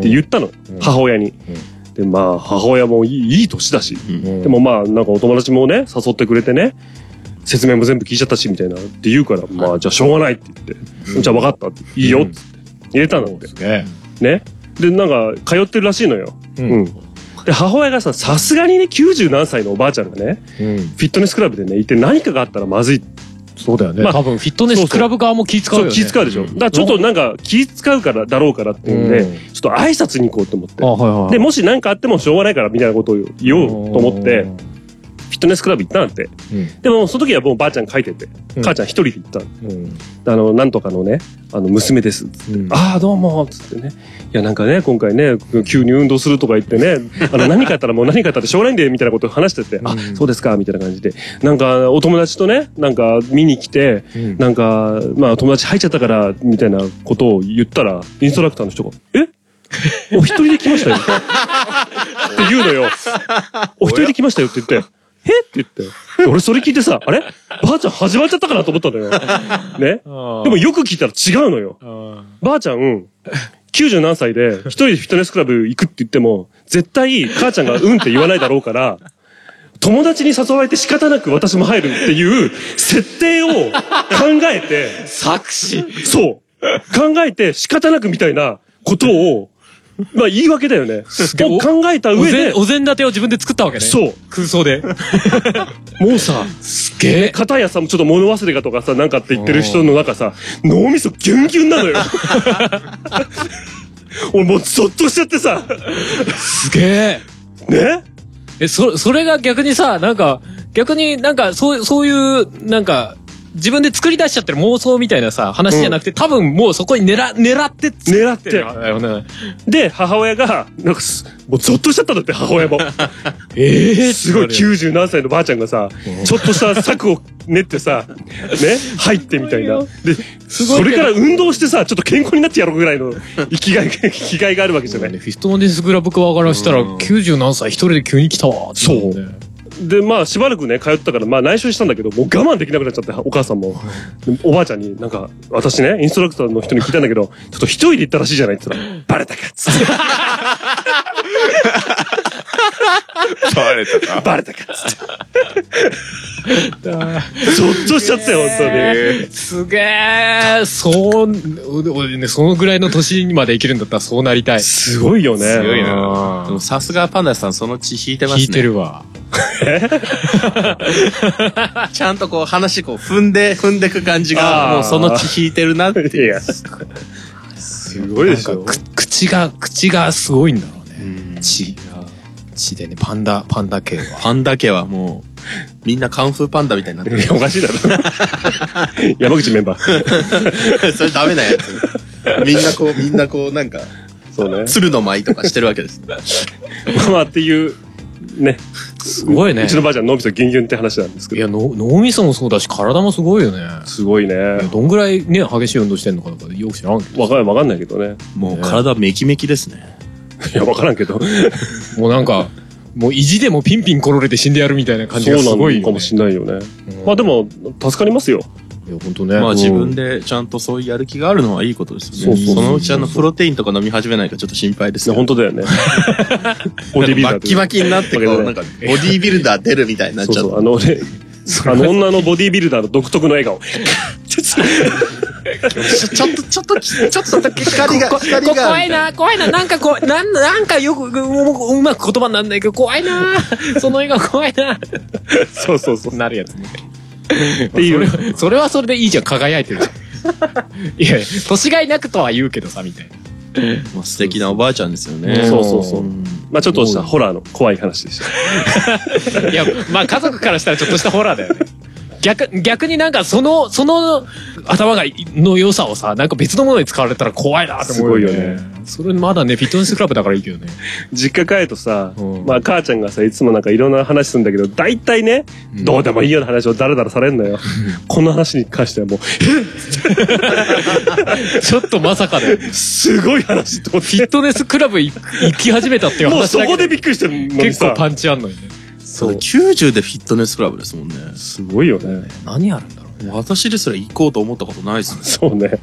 Speaker 2: て言ったの、
Speaker 1: うん
Speaker 2: 母親に。で、まあ、母親もいいいい年だし、
Speaker 1: うん。
Speaker 2: でもまあ、なんかお友達もね、誘ってくれてね、説明も全部聞いちゃったし、みたいなって言うから、まあ、じゃあしょうがないって言って、じゃあ分かったって、いいよって言って、入れたのって。
Speaker 1: ね。
Speaker 2: ね。で、なんか、通ってるらしいのよ。
Speaker 1: う
Speaker 2: うん。で、母親がさ、さすがにね、90何歳のおばあちゃんがね、
Speaker 1: うん。
Speaker 2: フィットネスクラブでね、行って何かがあったらまずい。
Speaker 1: そうだよね。
Speaker 2: まあ
Speaker 1: 多分フィットネ
Speaker 2: そう
Speaker 1: ス
Speaker 2: そう
Speaker 1: クラブ側も気使う
Speaker 2: そ
Speaker 1: よ
Speaker 2: う、
Speaker 1: ね。
Speaker 2: 気使うでしょ。だからちょっとなんか気使うから、だろうからっていうんで、
Speaker 1: うん
Speaker 2: ちょっと挨拶に行こうと思って
Speaker 1: あ、。はいはい。
Speaker 2: で、もし何かあってもしょうがないからみたいなことを言おうと思って、
Speaker 1: うん
Speaker 2: フィットネスクラブ行ったんだって。でも、その時はもうばあちゃん書いてて、
Speaker 1: うん
Speaker 2: 母ちゃん一人で行ったの
Speaker 1: うん。
Speaker 2: あの、なんとかのね、あの、娘です。
Speaker 1: うん。
Speaker 2: ああ、どうも、つってね。いや、なんかね、今回ね、急に運動するとか言ってね、あの、何かあったらもう何かあったらしょうがないんで、みたいなことを話してて、あ、そうですか、みたいな感じで。なんか、お友達とね、なんか、見に来て、
Speaker 1: うん
Speaker 2: なんか、まあ、友達入っちゃったから、みたいなことを言ったら、インストラクターの人が、えお一人で来ましたよ。って言うのよ。お一人で来ましたよって言って、えって言って。俺それ聞いてさ、あればあちゃん始まっちゃったかなと思ったのよ。ね。でもよく聞いたら違うのよ。ばあちゃん、90何歳で一人でフィットネスクラブ行くって言っても、絶対母ちゃんがうんって言わないだろうから、友達に誘われて仕方なく私も入るっていう設定を考えて、
Speaker 4: 作詞。
Speaker 2: そう。考えて仕方なくみたいなことを、まあ言い訳だよね。を考えた
Speaker 1: お
Speaker 2: 上
Speaker 1: 膳
Speaker 2: で、
Speaker 1: お膳立てを自分で作ったわけね。
Speaker 2: そう。
Speaker 1: 空想 で。
Speaker 2: もうさ、
Speaker 1: すげえ。
Speaker 2: 片やさ、ちょっと物忘れがとかさ、なんかって言ってる人の中さ、脳みそギュンギュン なのよ。俺もうゾッとしちゃってさ、
Speaker 1: すげえ。
Speaker 2: ね
Speaker 1: え、そ、それが逆にさ、なんか、逆になんか、そう、そういう、なんか、自分で作り出しちゃってる妄想みたいなさ、話じゃなくて、多分もうそこに狙、狙って作
Speaker 2: 狙っ
Speaker 1: ってる
Speaker 2: て
Speaker 1: ん。だよね。
Speaker 2: で、母親が、なんかす、もうゾッとしちゃったんだって、母親も。
Speaker 1: ええ
Speaker 2: すごい90何歳のばあちゃんがさ、ちょっとした策を練ってさ、ね、入ってみたいな。で、それから運動してさ、ちょっと健康になってやろうぐらい の生きがい、生きがいがあるわけじゃない。
Speaker 1: フィストネスグラブ側からしたら、90何歳一人で急に来たわ。そうね。
Speaker 2: で、まあ、しばらくね、通ったから、まあ、内緒にしたんだけど、もう我慢できなくなっちゃって、お母さんも。でおばあちゃんに、なんか、私ね、インストラクターの人に聞いたんだけど、ちょっと一人で行ったらしいじゃないって言ったら、 バレたかっつって。
Speaker 5: バレたか。
Speaker 2: バレたかっつって。ゾッとしちゃったよ、本当に。
Speaker 1: すげえ。そう、俺ね、そのぐらいの年にまで生きるんだったらそうなりたい。
Speaker 2: すごいよね。
Speaker 5: すごいな。
Speaker 4: でもさすがパンダさん、その血引いてますね。
Speaker 1: 聞いてるわ。
Speaker 4: ちゃんとこう話こう踏んで、踏んでく感じが、
Speaker 2: あー
Speaker 4: もうその血引いてるなって
Speaker 2: い
Speaker 4: いう。
Speaker 2: や、すごいでしょ。
Speaker 1: く口が、口がすごいんだろうね。血。血でね、パンダ、パンダ系は。
Speaker 4: パンダ家はもう、みんなカンフーパンダみたいになって
Speaker 2: いやおかしいだろ。山口メンバー。
Speaker 4: る。 それダメなやつ。みんなこう、みんなこうなんか、
Speaker 2: そうね。
Speaker 4: 鶴の舞とかしてるわけです。
Speaker 2: まあっていう、ね。
Speaker 1: すごいうね
Speaker 2: ち。のばあちゃん脳みそギュンギュンって話なんです
Speaker 1: い
Speaker 2: けど。
Speaker 1: や、の脳みそもそうだし、体もすごいよね。
Speaker 2: すごいね。
Speaker 1: いやどんぐらいね、激しい運動してんのかとか、よく知らんけど。
Speaker 2: わかんわかんないけどね。
Speaker 4: もう体メキメキですね。
Speaker 2: いや、わからんけど。
Speaker 1: もうなんか、もう意地でもピンピン転れて死んでやるみたいな感じ
Speaker 2: そう
Speaker 1: がす
Speaker 2: な
Speaker 1: ごいよ、ね。
Speaker 2: のかもしれないよね。まあでも、助かりますよ。
Speaker 1: いや、本当ね。
Speaker 4: まあ
Speaker 1: うん
Speaker 4: 自分でちゃんとそういうやる気があるのはいいことです
Speaker 1: そ
Speaker 4: よ
Speaker 1: う
Speaker 4: ね。
Speaker 1: そうそう
Speaker 4: そのうちあのプロテインとか飲み始めないかちょっと心配です
Speaker 2: や
Speaker 4: よ。
Speaker 2: 本当だよね。ボ
Speaker 4: な
Speaker 2: ディビ
Speaker 4: んか
Speaker 2: ルダ
Speaker 4: バ
Speaker 2: ー
Speaker 4: ッ
Speaker 2: と
Speaker 4: キ
Speaker 2: いう
Speaker 4: バキになってこ
Speaker 2: わけ
Speaker 4: う、
Speaker 2: で
Speaker 4: なんかボディービルダー出るみたいになっ
Speaker 2: そう
Speaker 4: ちゃ。
Speaker 2: そうう、あの俺、あの女のボディービルダーの独特の笑顔。
Speaker 4: ちょっと、ちょっと、ちょっとだけ光が、
Speaker 7: こ
Speaker 4: 光
Speaker 7: こ
Speaker 4: が。
Speaker 7: 怖いな、怖いな、なんかこう、なん、なんかよく、ううまく言葉になんないけど、怖いな、 その笑顔怖いな、
Speaker 2: そうそうそう。
Speaker 1: なるやつね。
Speaker 2: っていう。
Speaker 1: それはそれでいいじゃん、輝いてるじ ゃん。いやいや、年がいなくとは言うけどさ、みたいな。
Speaker 4: まあ素敵なおばあちゃんですよね。
Speaker 2: そうそうそう。
Speaker 4: ん
Speaker 2: まあちょっとしたホラーの怖い話でした。
Speaker 1: いや、まあ家族からしたらちょっとしたホラーだよね。逆、逆になんかその、その頭が、の良さをさ、なんか別のものに使われたら怖いなって思うよね。
Speaker 2: すごいよ
Speaker 1: それまだね、フィットネスクラブだからいいけどね。
Speaker 2: 実家帰るとさ、
Speaker 1: うん
Speaker 2: まあ母ちゃんがさ、いつもなんかいろんな話するんだけど、大体ね、どうでもいいような話をだらだらされんのよ。この話に関してはも
Speaker 1: ちょっとまさかで。
Speaker 2: う、すごい話と思っ
Speaker 1: フィットネスクラブ行行き始めたってい
Speaker 2: て。
Speaker 1: う
Speaker 2: もう
Speaker 1: 話
Speaker 2: そ
Speaker 1: だけ
Speaker 2: こ
Speaker 1: で
Speaker 2: でびっくりしてるのに
Speaker 1: 結
Speaker 2: さ
Speaker 1: 構。パンチあんのにね。
Speaker 4: そうだ90でフィットネスクラブですもんね。
Speaker 2: すごいよね。
Speaker 1: 何あるんだろうね。
Speaker 4: 私ですら行こうと思ったことないです ね。
Speaker 2: そうね。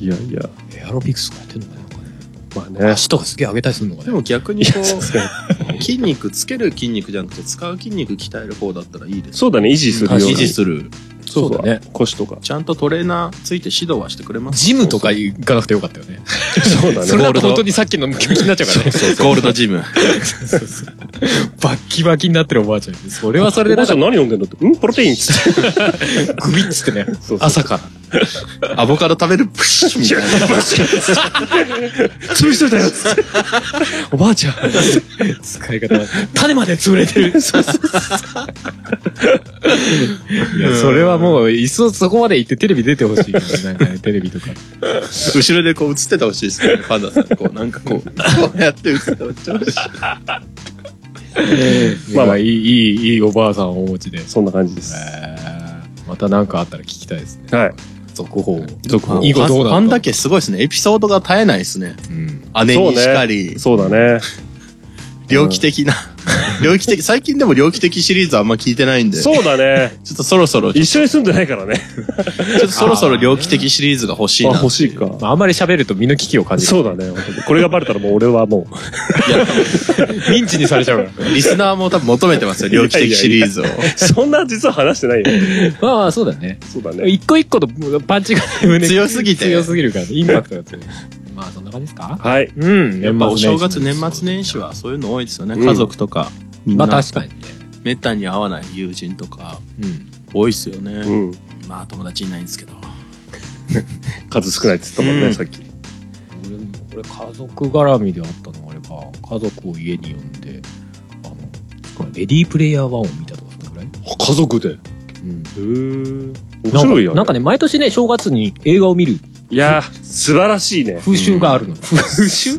Speaker 2: いやいや、
Speaker 1: エアロビクスとかやってんのかななんかね
Speaker 2: まあね。
Speaker 1: 足とかすげえ上げたりするのか
Speaker 4: で
Speaker 1: ね
Speaker 4: も逆にこう、筋肉つける筋肉じゃなくて使う筋肉鍛える方だったらいいです。
Speaker 2: そうだね、維持するような。
Speaker 4: 維持する。
Speaker 2: そうそう
Speaker 1: そうだね
Speaker 2: 腰とか。
Speaker 4: ちゃんとトレーナーついて指導はしてくれます。
Speaker 1: ジムとか行かなくてよかったよね。
Speaker 2: そうだ
Speaker 1: そ
Speaker 2: ね。
Speaker 1: れだと本当にさっきのムキムキになっちゃうか らね。
Speaker 4: ゴールドジム。
Speaker 1: バッキバキになってるおばあちゃんに。それはそれで
Speaker 2: お
Speaker 1: な
Speaker 2: ば
Speaker 1: ん
Speaker 2: あち
Speaker 1: か
Speaker 2: ゃん何飲んでんのって、んプロテインっつって。
Speaker 1: グビッつってね
Speaker 2: そうそう。
Speaker 1: 朝から。
Speaker 4: アボカド食べるプシュッみたいな。
Speaker 2: 潰しといたよっつって。
Speaker 1: おばあちゃん。 使い方は。種まで潰れてる。いや、それはもう、いっそそこまで行ってテレビ出てほ しいよね。なんかね、テレビとか。
Speaker 4: 後ろでこう映っててほしいですね。パンダさん。こうなんかこう、こうやって映ってほしい。
Speaker 1: まあまあ、いい、いい、いいおばあさんをお持ちで。
Speaker 2: そんな感じです。
Speaker 1: また何かあったら聞きたいですね。
Speaker 2: はい。
Speaker 1: 続報を。
Speaker 2: 続報。
Speaker 1: 以後どうなった
Speaker 4: パンダ家すごいですね。エピソードが絶えないですね。
Speaker 1: うん。
Speaker 4: 姉にしかり、
Speaker 2: そうだね。
Speaker 4: 猟奇的な。猟奇的、最近でも猟奇的シリーズあんま聞いてないんで。ちょ
Speaker 2: そうだね。
Speaker 4: っとそろそろ、ちょ
Speaker 2: 一緒に住んでないからね。
Speaker 4: っとそろそろ猟奇的シリーズが欲しい
Speaker 2: あ、
Speaker 4: な。
Speaker 2: 欲しいか。
Speaker 1: まあ、あんまり喋ると身の危機を感じる。
Speaker 2: そうだね。本当にこれがバレたらもう俺はもう。
Speaker 1: 認知にされちゃうから。
Speaker 4: リスナーも多分求めてますよ、猟奇的シリーズを。
Speaker 2: そんな実は話してないよ。
Speaker 1: まあまあ、そうだね。
Speaker 2: そうだね。
Speaker 1: 一個一個のパンチが胸に
Speaker 4: 強すぎて
Speaker 1: 強すぎるから、インパクトが強い。まあ、そんな感じですか
Speaker 2: はい。
Speaker 1: うん。
Speaker 4: やっぱお正月、年
Speaker 1: 年
Speaker 4: 末年始はそういうの多いですよね。
Speaker 2: うん
Speaker 4: 家族とか、みん
Speaker 1: ま
Speaker 4: な
Speaker 1: あ、確かにね。
Speaker 4: めったに会わない友人とか、
Speaker 1: うん。
Speaker 4: 多いですよ
Speaker 2: う
Speaker 4: ね。
Speaker 2: ん。
Speaker 4: まあ友達いないんですけど。
Speaker 2: 数少ないって言ったもん
Speaker 4: う
Speaker 2: ね、
Speaker 4: ん
Speaker 2: さっき。
Speaker 1: 俺も、俺、家族絡みであったのあれば、家族を家に呼んで、あの、レディープレイヤー1を見たとか、そのぐらい
Speaker 2: 家族で。
Speaker 1: うん。
Speaker 2: へー。面
Speaker 1: な
Speaker 2: 白いよ
Speaker 1: んかなんかね、毎年ね、正月に映画を見る
Speaker 2: いやー、素晴らしいね。
Speaker 1: 風習がある の。風習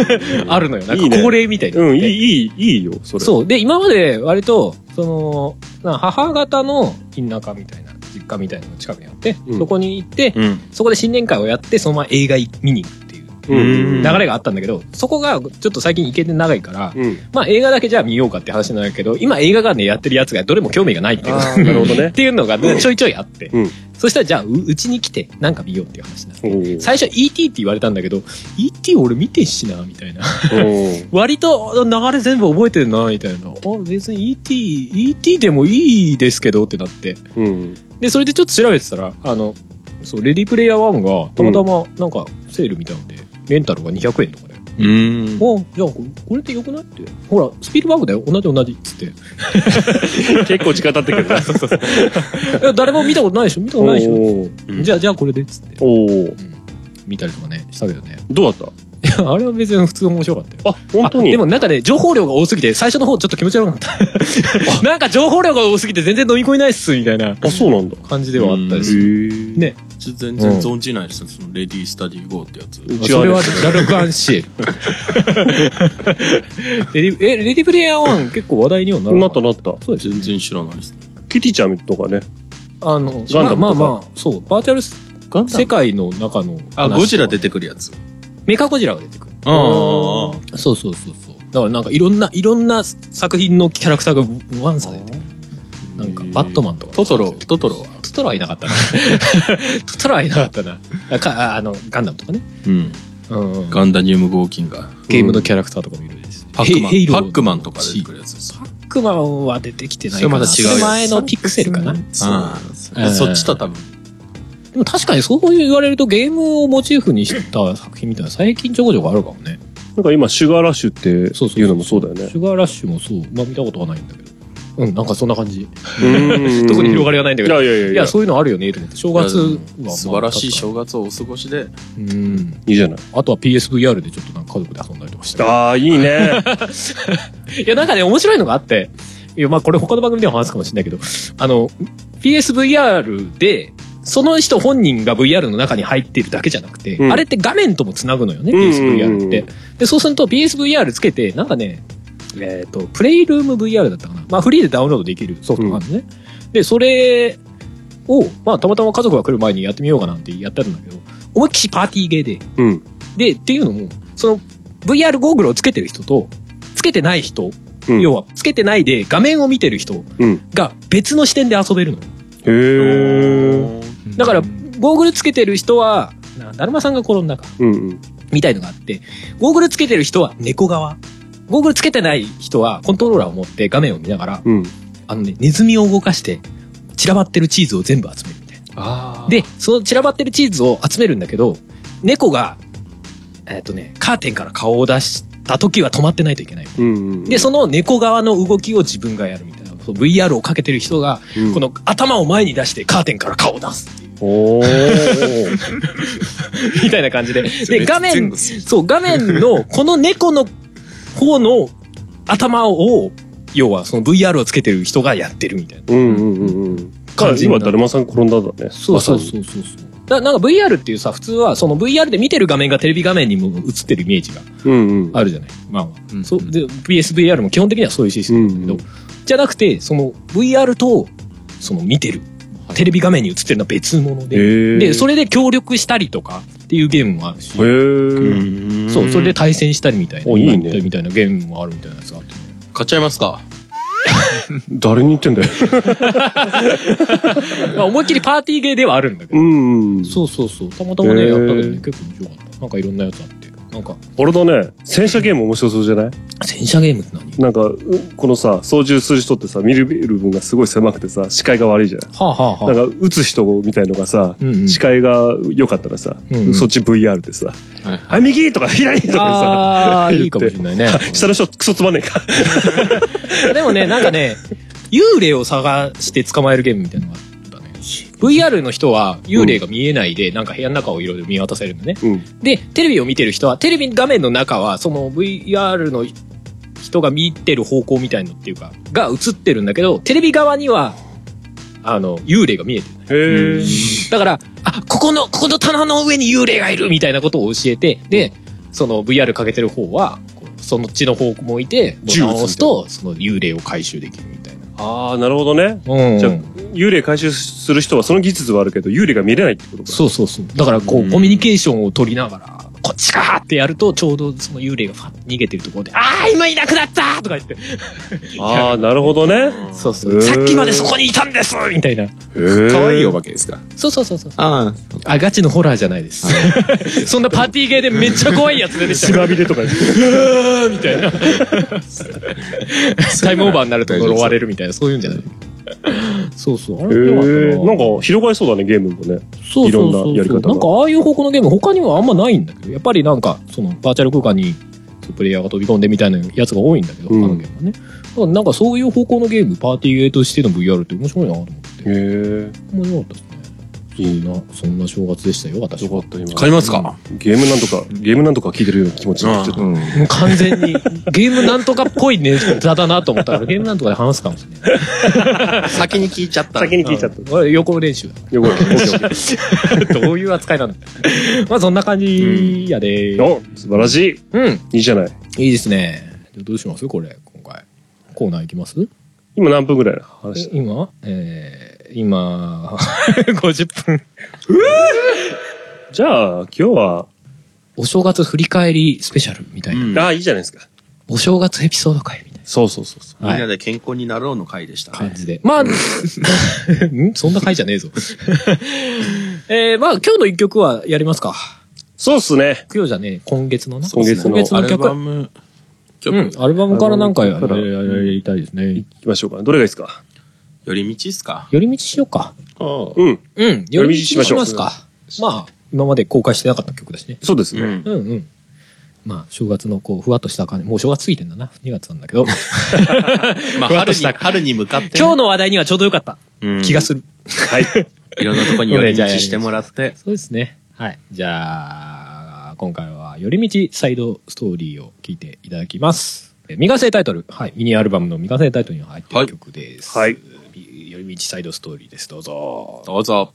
Speaker 1: あるのよ。ない
Speaker 2: い
Speaker 1: んか
Speaker 2: ね
Speaker 1: 恒例みたいな。
Speaker 2: うん、いい、いい、いいよ、それ。う。
Speaker 1: そう。で、今まで割と、その、な母方の田舎みたいな、実家みたいなのが近くにあって、
Speaker 2: うん
Speaker 1: そこに行って、
Speaker 4: うん。
Speaker 1: そこで新年会をやって、そのまま映画見に行くっていう
Speaker 2: う
Speaker 1: 流
Speaker 2: ん。
Speaker 1: れがあったんだけど、そこがちょっと最近行けて長いから、
Speaker 2: うん。
Speaker 1: まあ映画だけじゃあ見ようかって話になるけど、今映画館でやってるやつがどれも興味がないっていう。
Speaker 2: あーなるほど ね
Speaker 1: っていうのがちょいちょいあって、
Speaker 2: うん
Speaker 1: そしたらじゃあううちに来てなんか見ようっていう話になって、
Speaker 2: おー
Speaker 1: 最初 ET って言われたんだけど ET 俺見てんしなみたいな
Speaker 2: うん
Speaker 1: 割と流れ全部覚えてるなみたいなあ別に ET, ET でもいいですけどってなって
Speaker 2: うん。
Speaker 1: でそれでちょっと調べてたらあのそうレディープレイヤー1がたまたまなんかセールみたいので、レンタルが200円とかで。
Speaker 4: うん。
Speaker 1: あじゃあここれってよくないってほらスピルバーグだよ同じ同じっつって
Speaker 2: 結構時間経ってくるな。
Speaker 1: いや誰も見たことないでしょ見たことないでしょ
Speaker 2: おー
Speaker 4: うん
Speaker 1: じゃあじゃあこれでっつって
Speaker 2: おー
Speaker 1: 見たりとかねしたけどね
Speaker 2: どうだっ
Speaker 1: いやあれは別に普通に面白かったよ
Speaker 2: たあ、本当
Speaker 1: あ
Speaker 2: に
Speaker 1: でもなんかね、情報量が多すぎて、最初の方ちょっと気持ち悪くなった。なんか情報量が多すぎて全然飲み込みないっす、みたいな
Speaker 2: あ、そうなんだ。
Speaker 1: 感じではあったりする。
Speaker 2: ー
Speaker 1: ね。
Speaker 4: 全然存じないですね、そのレディースタディー GO ってやつ。
Speaker 2: 違う
Speaker 1: それは、ラルク・アンシエル。レディえ、レディプレイヤー1結構話題にはなる
Speaker 2: なったなった。
Speaker 1: そうです
Speaker 4: 全然知らないですね。
Speaker 2: キティちゃんとかね。
Speaker 1: あの、
Speaker 2: ガンダムとか
Speaker 1: まあまあまあ、そう、バーチャル世界の中の話
Speaker 4: あ、ゴジラ出てくるやつ。
Speaker 1: メカゴジラが出てくる。
Speaker 4: ああああ
Speaker 1: そうそうそうそう。だからなんかいろんな、いろんな作品のキャラクターがワンサで出てくる。なんか、バットマンとか。
Speaker 4: トトロ、トトロは。
Speaker 1: トトロはいなか ったな。トトロはいなかったな。あかああの、ガンダムとかね。
Speaker 4: うん。
Speaker 1: うんうん、
Speaker 4: ガンダニウム合金が。
Speaker 1: ゲームのキャラクターとかもいるです。
Speaker 4: パックマン。
Speaker 1: ヘイヘイロー
Speaker 4: パックマンとか出てくるやつです。
Speaker 1: パックマンは出てきてないかな。
Speaker 4: それま
Speaker 1: そ
Speaker 4: た違うよ
Speaker 1: れ前のピクセルかな。で
Speaker 4: あ
Speaker 1: う
Speaker 4: あ
Speaker 1: ん
Speaker 4: そっちと多分。
Speaker 1: も確かにそう言われるとゲームをモチーフにした作品みたいな最近ちょこちょこあるかもね。
Speaker 2: なんか今、シュガーラッシュっていうのもそうだよね。
Speaker 1: シュガーラッシュもそう。まあ見たことはないんだけど。うん、なんかそんな感じ。
Speaker 2: うん
Speaker 1: 特に広がりはないんだ
Speaker 2: い
Speaker 1: けど。
Speaker 2: やいやいや
Speaker 1: いや、そういうのあるよね、と思って。正月は、まあ
Speaker 4: 素晴らしい正月をお過ごしで。
Speaker 1: うん。
Speaker 2: いいじゃない。
Speaker 1: あとは PSVR でちょっとなんか家族で遊んだりとかして。
Speaker 2: ああ、いいね。
Speaker 1: いや、なんかね、面白いのがあって、いや、まあ、これ他の番組でも話すかもしれないけど、あの、PSVR で、その人本人が VR の中に入っているだけじゃなくて、
Speaker 2: うん
Speaker 1: あれって画面とも繋ぐのよね、
Speaker 2: うんうんうん
Speaker 1: PSVR って。で、そうすると PSVR つけて、なんかね、えっ、と、プレイルーム VR だったかな。まあ、フリーでダウンロードできるソフトがあるのね。で、それを、まあ、たまたま家族が来る前にやってみようかなんてやってたんだけど、思いっきしパーティーゲーで、
Speaker 2: うん。
Speaker 1: で、っていうのも、その VR ゴーグルをつけてる人と、つけてない人、
Speaker 2: うん
Speaker 1: 要は、つけてないで画面を見てる人
Speaker 2: うん
Speaker 1: が別の視点で遊べるの。
Speaker 2: へえ。
Speaker 1: だから、ゴーグルつけてる人は、なだるまさんが転んだか、
Speaker 2: うんうん。
Speaker 1: みたいのがあって、ゴーグルつけてる人は猫側。ゴーグルつけてない人はコントローラーを持って画面を見ながら、
Speaker 2: うん。
Speaker 1: あのね、ネズミを動かして、散らばってるチーズを全部集めるみたいな。
Speaker 4: あ
Speaker 1: で、その散らばってるチーズを集めるんだけど、猫が、えっ、とね、カーテンから顔を出した時は止まってないといけない。
Speaker 2: うんうん。
Speaker 1: で、その猫側の動きを自分がやるみたいな。そう VR をかけてる人が、
Speaker 2: うん
Speaker 1: この頭を前に出してカーテンから顔を出 すっていう。
Speaker 2: おー。
Speaker 1: みたいな感じで。で、画
Speaker 5: 前
Speaker 1: 面
Speaker 5: 後、する
Speaker 1: そう、画面 の、この猫の方の頭を、要はその VR をつけてる人がやってるみたいな
Speaker 2: うんうんうんうん。
Speaker 1: 感じに
Speaker 2: 今、
Speaker 1: なる
Speaker 2: だるまさん転んだんだね。
Speaker 1: そうそうそうそうそう。だなんか VR っていうさ、普通はその VR で見てる画面がテレビ画面にも映ってるイメージが
Speaker 2: う。うんうん。
Speaker 1: あるじゃない。まあま
Speaker 4: うん
Speaker 1: あ。そう、で、PSVR も基本的にはそういうシステムなんだけど、じゃなくて、その VR と、その見てる、テレビ画面に映ってるのは別物
Speaker 2: へ
Speaker 1: で、
Speaker 2: え。
Speaker 1: で、それで協力したりとかっていうゲームもあるし、
Speaker 2: へえ。
Speaker 1: そう、それで対戦したりみたいな、
Speaker 2: おいいね
Speaker 1: 今言ったみたいなゲームもあるみたいなやつがあってね。
Speaker 4: 買っちゃいますか。
Speaker 2: 誰に言ってんだよ。
Speaker 1: まあ、思いっきりパーティーゲーではあるんだけど、
Speaker 2: うんうん。
Speaker 1: そうそうそう、たまたまね、
Speaker 2: へー
Speaker 1: やったけどね、結構面白かった。なんかいろんなやつあって、なんか、
Speaker 2: 俺だね、戦車ゲーム面白そうじゃない
Speaker 1: 戦車ゲームって何
Speaker 2: なんか、うこのさ、操縦する人ってさ、見る部分がすごい狭くてさ、視界が悪いじゃない
Speaker 1: はあはあはあ。
Speaker 2: なんか、撃つ人みたいのがさ、
Speaker 1: うんうん
Speaker 2: 視界が良かったらさ、
Speaker 1: うんうん
Speaker 2: そっち VR でさ、
Speaker 4: はい
Speaker 2: あ、右とか左とか
Speaker 1: ああ、
Speaker 2: 言って
Speaker 1: いいかもしれないね。
Speaker 2: でさ、下の人クソつまんねえか。
Speaker 1: でもね、なんかね、幽霊を探して捕まえるゲームみたいなのがあったね。VR の人は幽霊が見えないで、なんか部屋の中をいろいろ見渡せるんだね。
Speaker 2: うん。
Speaker 1: で、テレビを見てる人は、テレビ画面の中は、その VR の人が見てる方向みたいのっていうか、が映ってるんだけど、テレビ側には、あの、幽霊が見えてる。
Speaker 2: へえ。
Speaker 1: だから、あ、ここの、ここの棚の上に幽霊がいるみたいなことを教えて、で、その VR かけてる方は、こうそのっちの方向いて、ボタンを押すと、その幽霊を回収できるみたいな。
Speaker 2: ああ、なるほどね。
Speaker 1: うん
Speaker 2: じゃあ幽霊回収する人はその技術はあるけど、幽霊が見れないってことか。
Speaker 1: そうそうそう。だからこう、
Speaker 4: うん
Speaker 1: コミュニケーションを取りながら、こっちかーってやると、ちょうどその幽霊がファッ逃げてるところで、ああ、今いなくなったーとか言って、
Speaker 2: ああ、なるほどね。
Speaker 1: そうそ
Speaker 2: へー
Speaker 1: う、さっきまでそこにいたんですみたいな。
Speaker 5: かわいいお
Speaker 2: ば
Speaker 5: 化けですか
Speaker 1: そうそうそうそう。
Speaker 5: ああ、
Speaker 1: あ、ガチのホラーじゃないです。 そんなパーティーゲーでめっちゃ怖いやつ出てきた
Speaker 2: 血
Speaker 1: う
Speaker 2: まみれとかで。
Speaker 1: わーみた いな。タイムオーバーになると呪われるみたいな、そういうんじゃないそうそう。あ
Speaker 2: へ
Speaker 1: れ良かった
Speaker 2: え。なんか、広がりそうだね、ゲームもね。
Speaker 1: そうそうそうそう
Speaker 2: いろんなやり方が
Speaker 1: なんかああいう方向のゲーム他にはあんまないんだけどやっぱりなんかそのバーチャル空間にそうプレイヤーが飛び込んでみたいなやつが多いんだけど、
Speaker 2: うん
Speaker 1: 他のゲームはねだからなんかそういう方向のゲームパーティーゲーとしての VR って面白いなと思って
Speaker 2: へ
Speaker 1: 面白かったですねいいなそんな正月でしたよ
Speaker 2: え。
Speaker 1: 私
Speaker 2: よか
Speaker 1: は
Speaker 2: った、今。
Speaker 4: 買いますか。
Speaker 2: ゲームなんとか、ゲームなんとか聞いてるような気持ちになっちゃった。
Speaker 5: うん。
Speaker 1: もう完全にゲームなんとかっぽいネタだなと思った からゲームなんとかで話すかもしれない
Speaker 4: 先に聞いちゃった。
Speaker 2: 先に聞いちゃった。
Speaker 1: これ横練 習だ
Speaker 2: よか った。
Speaker 1: どういう扱いなんだまあそんな感じやで
Speaker 2: お素晴らしい。
Speaker 1: うん
Speaker 2: いいじゃない。
Speaker 1: いいですね。どうしますこれ、今回。コーナーいきます
Speaker 2: 今何分ぐらいの話した
Speaker 1: 今えー、今、50分。
Speaker 2: じゃあ、今日は、
Speaker 1: お正月振り返りスペシャルみたいな。
Speaker 2: ああ、いいじゃないですか。
Speaker 1: お正月エピソード会みたいそうそうそうそう。
Speaker 4: み
Speaker 1: は
Speaker 4: ん
Speaker 1: い
Speaker 4: なで健康になろうの回でしたね。
Speaker 1: 感じで。まあ、ん そんな回じゃねえぞ。えー、まあ今日の一曲はやりますか。
Speaker 2: そうっすね。
Speaker 1: 今日じゃねえ、今月のな。
Speaker 2: 今月の
Speaker 1: 今月
Speaker 4: ア
Speaker 1: の
Speaker 4: ル
Speaker 1: 曲
Speaker 4: バ。ム曲、
Speaker 1: うん、アルバムからなんかや
Speaker 2: アルバム
Speaker 1: やりたいですね。
Speaker 2: 行きましょうか。どれがいいですか
Speaker 4: 寄り道っすか
Speaker 1: 寄り道しようか。
Speaker 2: うん。
Speaker 1: うん、寄
Speaker 2: 寄り
Speaker 1: り道
Speaker 2: 道し
Speaker 1: し
Speaker 2: ま
Speaker 1: ま
Speaker 2: しょう
Speaker 1: すか。まあ、今まで公開してなかった曲だしね。
Speaker 2: そうですね。
Speaker 4: うん。
Speaker 1: うんうん。まあ、正月のこう、ふわっとした感じ。もう正月過ぎてんだな。2月なんだけ ど。
Speaker 4: まあ、
Speaker 1: ふわっと
Speaker 4: 春
Speaker 1: し
Speaker 4: に、
Speaker 1: た
Speaker 4: 春に向かってね、
Speaker 1: 今日の話題にはちょうどよかった
Speaker 4: うん
Speaker 1: 気がする。
Speaker 4: いろんなとこに寄り道してもら って、
Speaker 1: そうですね。はい。じゃあ、今回は、寄り道サイドストーリーを聞いていただきます。え未完成タイトル。はい。ミニアルバムの未完成タイトルに入っている曲です。
Speaker 2: はい。
Speaker 1: み寄り道サイドストーリーです。どうぞ。
Speaker 4: どうぞ。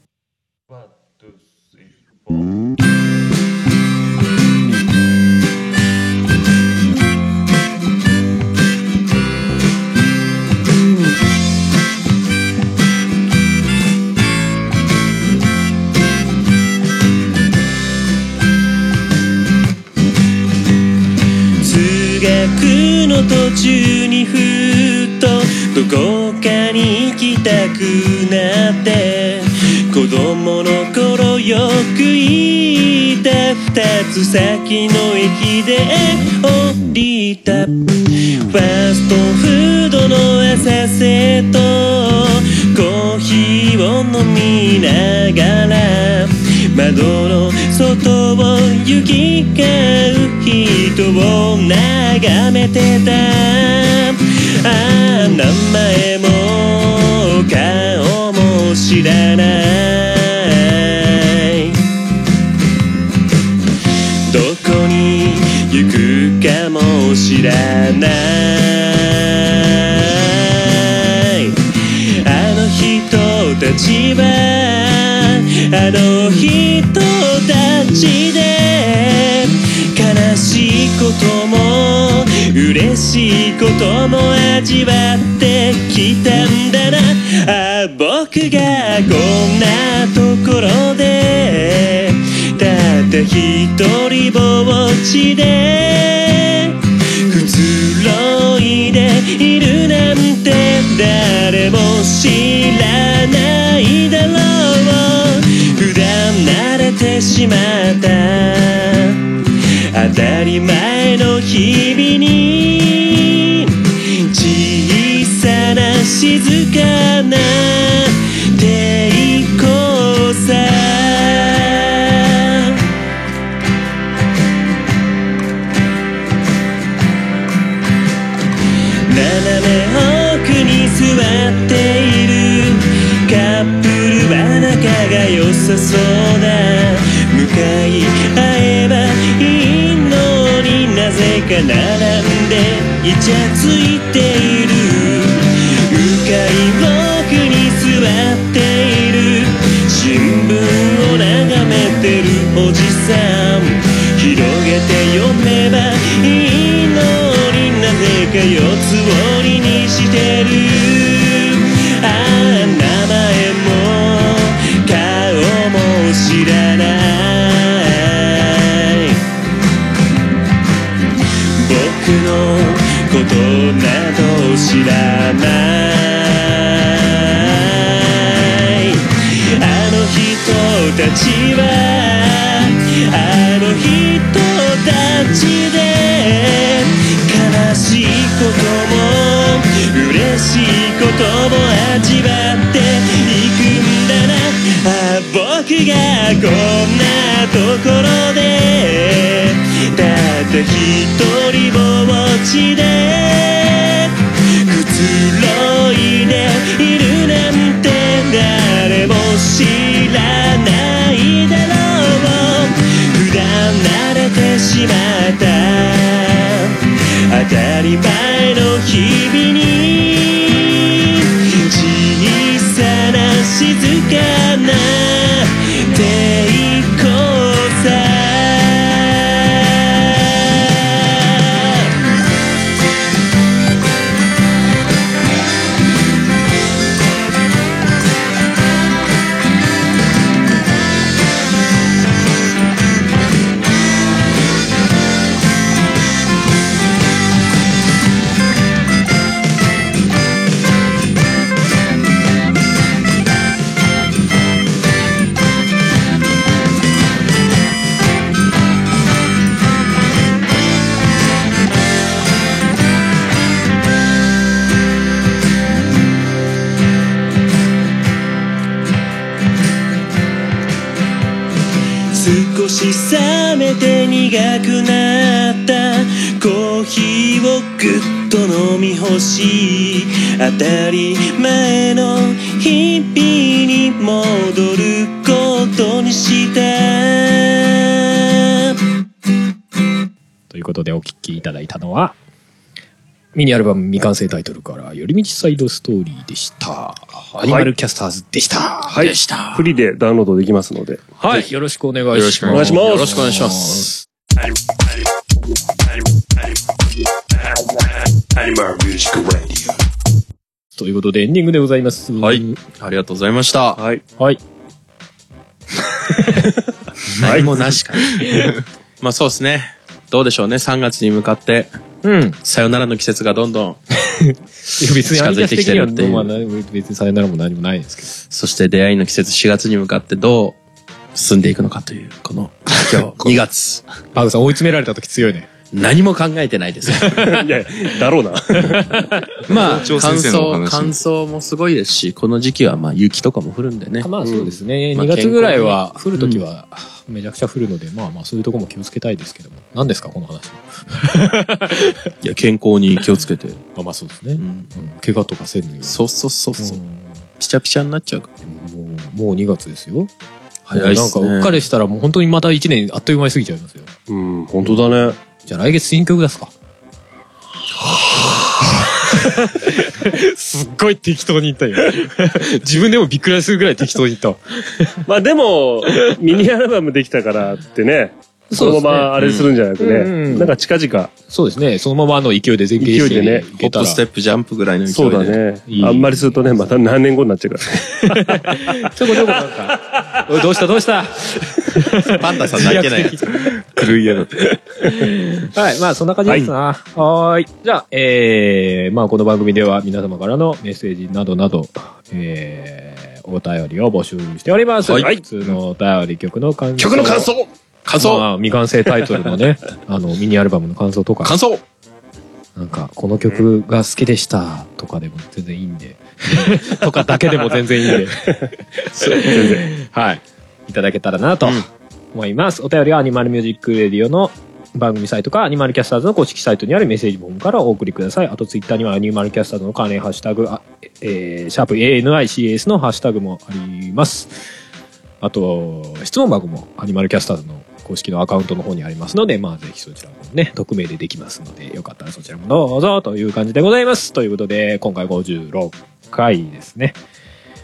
Speaker 8: 通学の途中にふっとどこかに行きたくなって子供の頃よく行った二つ先の駅で降りたファストフードの浅瀬とコーヒーを飲みながら窓の外を行き交う人を眺めてたああ名前も顔も知らないどこに行くかも知らないあの人たちはあの人たちで悲しいことも嬉しいことも味わってきたんだなあ僕がこんなところでたった一人ぼっちでくつろいでいるなんて誰も知らないだろう普段慣れてしまった当たり前の日々に小さな静かな抵抗さ斜め奥に座っているカップルは仲が良さそうだ向かい合えばいいのになぜか並んでイチャついている向かい奥に座っている新聞を眺めてるおじさん広げて読めばいいのになぜか四つ折りにしてるああ名前も顔も知らない僕のことなど知らないあの人たちはあの人たちで悲しいことも嬉しいことも味わっていくんだなあ僕がこんなところでたった一人ぼっちでくつろいでいるなんて誰も知らないだろう普段慣れてしまった当たり前の日々に小さな静かな抵抗さし冷めて苦くなったコーヒーをぐっと飲み干し当たり前の日々に戻ることにした
Speaker 1: ということでお聴きいただいたのはミニアルバム未完成タイトルから「寄り道サイドストーリー」でしたアニマルキャスターズでした、
Speaker 2: はい。フリーでダウンロードできますので。
Speaker 1: はい、よろしくお願いします。
Speaker 4: よろしくお
Speaker 2: 願いします
Speaker 1: よろしくお願いします。ということでエンディングでございます。
Speaker 4: はい。ありがとうございました。
Speaker 2: はい。
Speaker 1: はい。
Speaker 4: 何もなしか。 まあそうですね。どうでしょうね。3月に向かって、
Speaker 1: うん。
Speaker 4: さよならの季節がどんどん、
Speaker 1: 別に
Speaker 4: 近
Speaker 1: アニ
Speaker 4: づ
Speaker 1: メ
Speaker 4: いてきてるっていう
Speaker 1: まあ別にさよならも何もないですけど。
Speaker 4: そして出会いの季節4月に向かってどう進んでいくのかという、 この、今日2月。
Speaker 1: パグさん追い詰められた時強いね。
Speaker 4: 何も考えてないです。
Speaker 2: いや、だろう な。
Speaker 4: まあ、
Speaker 5: 校長
Speaker 4: 乾
Speaker 5: 先生のお
Speaker 4: 燥、
Speaker 5: 話
Speaker 4: 乾燥もすごいですし、この時期はまあ雪とかも降るんでね。
Speaker 1: まあそうですね。
Speaker 4: まあ
Speaker 1: 2月ぐらいは降る時はめちゃくちゃ降るので、まあまあそういうとこも気をつけたいですけども。何ですかこの話。
Speaker 4: いや、健康に気をつけて。
Speaker 1: まあまあそうですね
Speaker 4: う。ん
Speaker 1: うん怪我とかせんのように。
Speaker 4: そうそうそうそう。
Speaker 1: う
Speaker 4: ピチャピチャになっちゃうから。
Speaker 1: んもう、もう2月ですよ。
Speaker 4: 早いっ
Speaker 1: なん
Speaker 4: す
Speaker 1: か
Speaker 4: ね。
Speaker 1: うっかりしたらもう本当にまた1年あっという間に過ぎちゃいますよ。
Speaker 2: うん、本当だね。
Speaker 1: じゃあ来月新曲出すか。 すっごい適当に言ったよ。 自分でもびっくりするぐらい適当に言ったわ。
Speaker 2: まあでも、ミニアルバムできたからってね、そのままあれするんじゃなく
Speaker 1: うんうんう
Speaker 2: ね、
Speaker 1: ん
Speaker 2: なんか近々、
Speaker 1: そうですね。そのままの勢いで全景
Speaker 2: 勢いでね
Speaker 1: い
Speaker 4: ホ
Speaker 1: け
Speaker 4: ッ
Speaker 1: たら
Speaker 4: プステップジャンプぐらいの勢いで。
Speaker 2: そうだね
Speaker 1: いい。
Speaker 2: あんまりするとね、また何年後になっちゃうから。
Speaker 1: ちょこちょこなん か。おいどうしたどう した
Speaker 4: パンダさん泣けないやつ。狂いやだって。
Speaker 1: はい。まあ、そんな感じですな。はーい。いじゃあ、えー、まあ、この番組では皆様からのメッセージなどなど、えー、お便りを募集しております。
Speaker 4: はい
Speaker 1: 普通のお便り曲の感想。
Speaker 4: 曲の感想感
Speaker 1: ま
Speaker 4: 想
Speaker 1: あ未完成タイトルのね、 あの、ミニアルバムの感想とか、
Speaker 4: 感想
Speaker 1: なんか、この曲が好きでしたとかでも全然いいんで、 とかだけでも全然いいん で、はい、いただけたらなと思います。お便りはアニマルミュージックレディオの番組サイトか、アニマルキャスターズの公式サイトにあるメッセージフォームからお送りください。あと、ツイッターにはアニマルキャスターズの関連ハッシュタグ、あえー、シャープ ANICAS のハッシュタグもあります。あと、質問箱もアニマルキャスターズの公式のアカウントの方にありますので、まあぜひそちらもね、匿名でできますので、よかったらそちらもどうぞという感じでございます。ということで、今回56回ですね。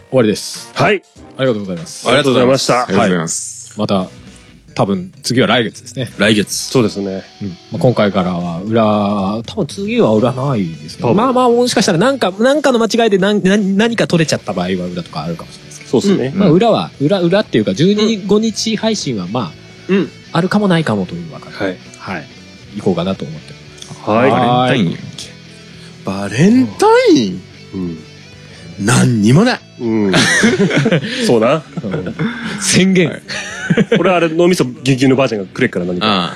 Speaker 1: 終わりです。
Speaker 2: はい。
Speaker 1: ありがとうございます
Speaker 5: あ。りがとうございました。
Speaker 1: あ
Speaker 5: あ
Speaker 1: り
Speaker 5: り
Speaker 1: が
Speaker 5: が
Speaker 1: と
Speaker 5: と
Speaker 1: うござい
Speaker 5: うございます。
Speaker 1: また、多分次は来月ですね。
Speaker 4: 来月。
Speaker 2: そうですね。
Speaker 1: うんまあ、今回からは裏、多分次は裏ないですけ
Speaker 2: 多
Speaker 1: ど、
Speaker 2: 分
Speaker 1: まあまあもしかしたら何か、何かの間違いで何何何か取れちゃった場合は裏とかあるかもしれないですけど
Speaker 2: そうですね。
Speaker 1: まあ、裏は、裏、裏っていうか、15日配信は、まあ、
Speaker 6: うん
Speaker 1: あるかもないかもというわけで、
Speaker 6: はい。
Speaker 1: はい。行こうかなと思って。
Speaker 2: はい。
Speaker 1: は
Speaker 5: バ
Speaker 1: い
Speaker 5: レンタインや
Speaker 4: バレンタイン
Speaker 2: うん
Speaker 4: 何にもない。
Speaker 2: うん。そうな。
Speaker 1: 宣言、
Speaker 2: 俺あれ、脳みそぎゅうぎゅうのばあちゃんがくれっから何か。
Speaker 4: あ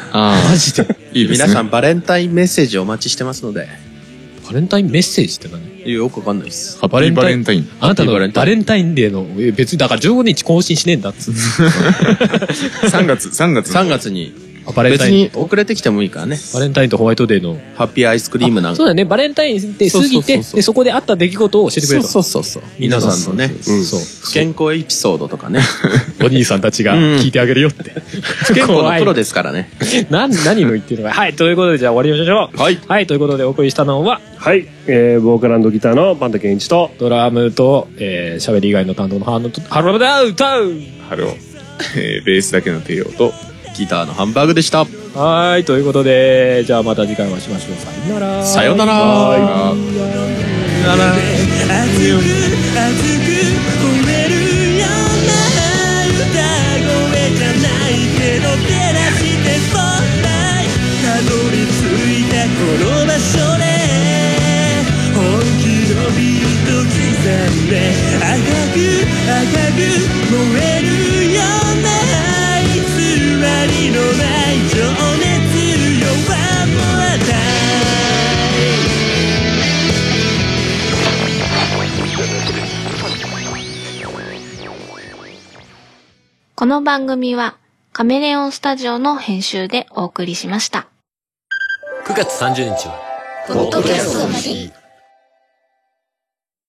Speaker 5: あ
Speaker 1: マジで。
Speaker 5: あ、いいです
Speaker 4: 皆
Speaker 5: ね。
Speaker 4: さん、バレンタインメッセージお待ちしてますので。
Speaker 1: バレンタインメッセージって何
Speaker 4: よくわかんないです。
Speaker 1: あバレン
Speaker 5: バ
Speaker 1: タイ
Speaker 5: レ
Speaker 1: ン
Speaker 5: ン。タイン。
Speaker 1: あなたの
Speaker 4: バ
Speaker 1: バ
Speaker 4: レンタイン
Speaker 1: レンタインデーの、え別に、だから15日更新しねえんだっ つう。
Speaker 5: 3月、3月。
Speaker 4: 3月に。
Speaker 1: あバレン
Speaker 4: 別
Speaker 1: タイン。
Speaker 4: に遅れてきてもいいからね。
Speaker 1: バレンタインとホワイトデーの。
Speaker 4: ハッピーアイスクリームなん
Speaker 1: あそう
Speaker 4: か。
Speaker 1: だね。バレンタインで過ぎて、
Speaker 4: そうそうそうそう
Speaker 1: でそこであった出来事を教えてくれ
Speaker 4: そう
Speaker 1: る
Speaker 4: そうそうそう。皆さんのね、
Speaker 1: そうそう
Speaker 4: 不健康エピソードとかね。
Speaker 1: お兄さんたちが
Speaker 4: うん
Speaker 1: 聞いてあげるよって。
Speaker 4: 不健康
Speaker 1: 怖
Speaker 4: の
Speaker 1: い
Speaker 4: プロですからね。
Speaker 1: な何の言ってるのか。はい。ということで、じゃあ終わりましょう。
Speaker 4: はい。
Speaker 1: はい。ということで、お送りしたのは、
Speaker 2: はい。えー、ボーカルギターのパンダケンイチと、
Speaker 1: ドラムと、えー、喋り以外の担当のハーノと、ハローダウタウン
Speaker 5: ハロー。えーベースだけの帝王と、
Speaker 4: ギターのハンバーグでした。
Speaker 1: はーい、ということで、じゃあまた次回お会いしましょう。さよなら。
Speaker 4: さよなら
Speaker 1: バイバイ
Speaker 8: 熱く熱く吠えるような歌声じゃないけど照らしてそうないたどり着いたこの場所で本気のビート刻んで赤く赤く燃えるような偽りのない情熱よ One more time
Speaker 9: この番組はカメレオンスタジオの編集でお送りしました。
Speaker 10: 9月30日は、
Speaker 9: ポッドキャストの日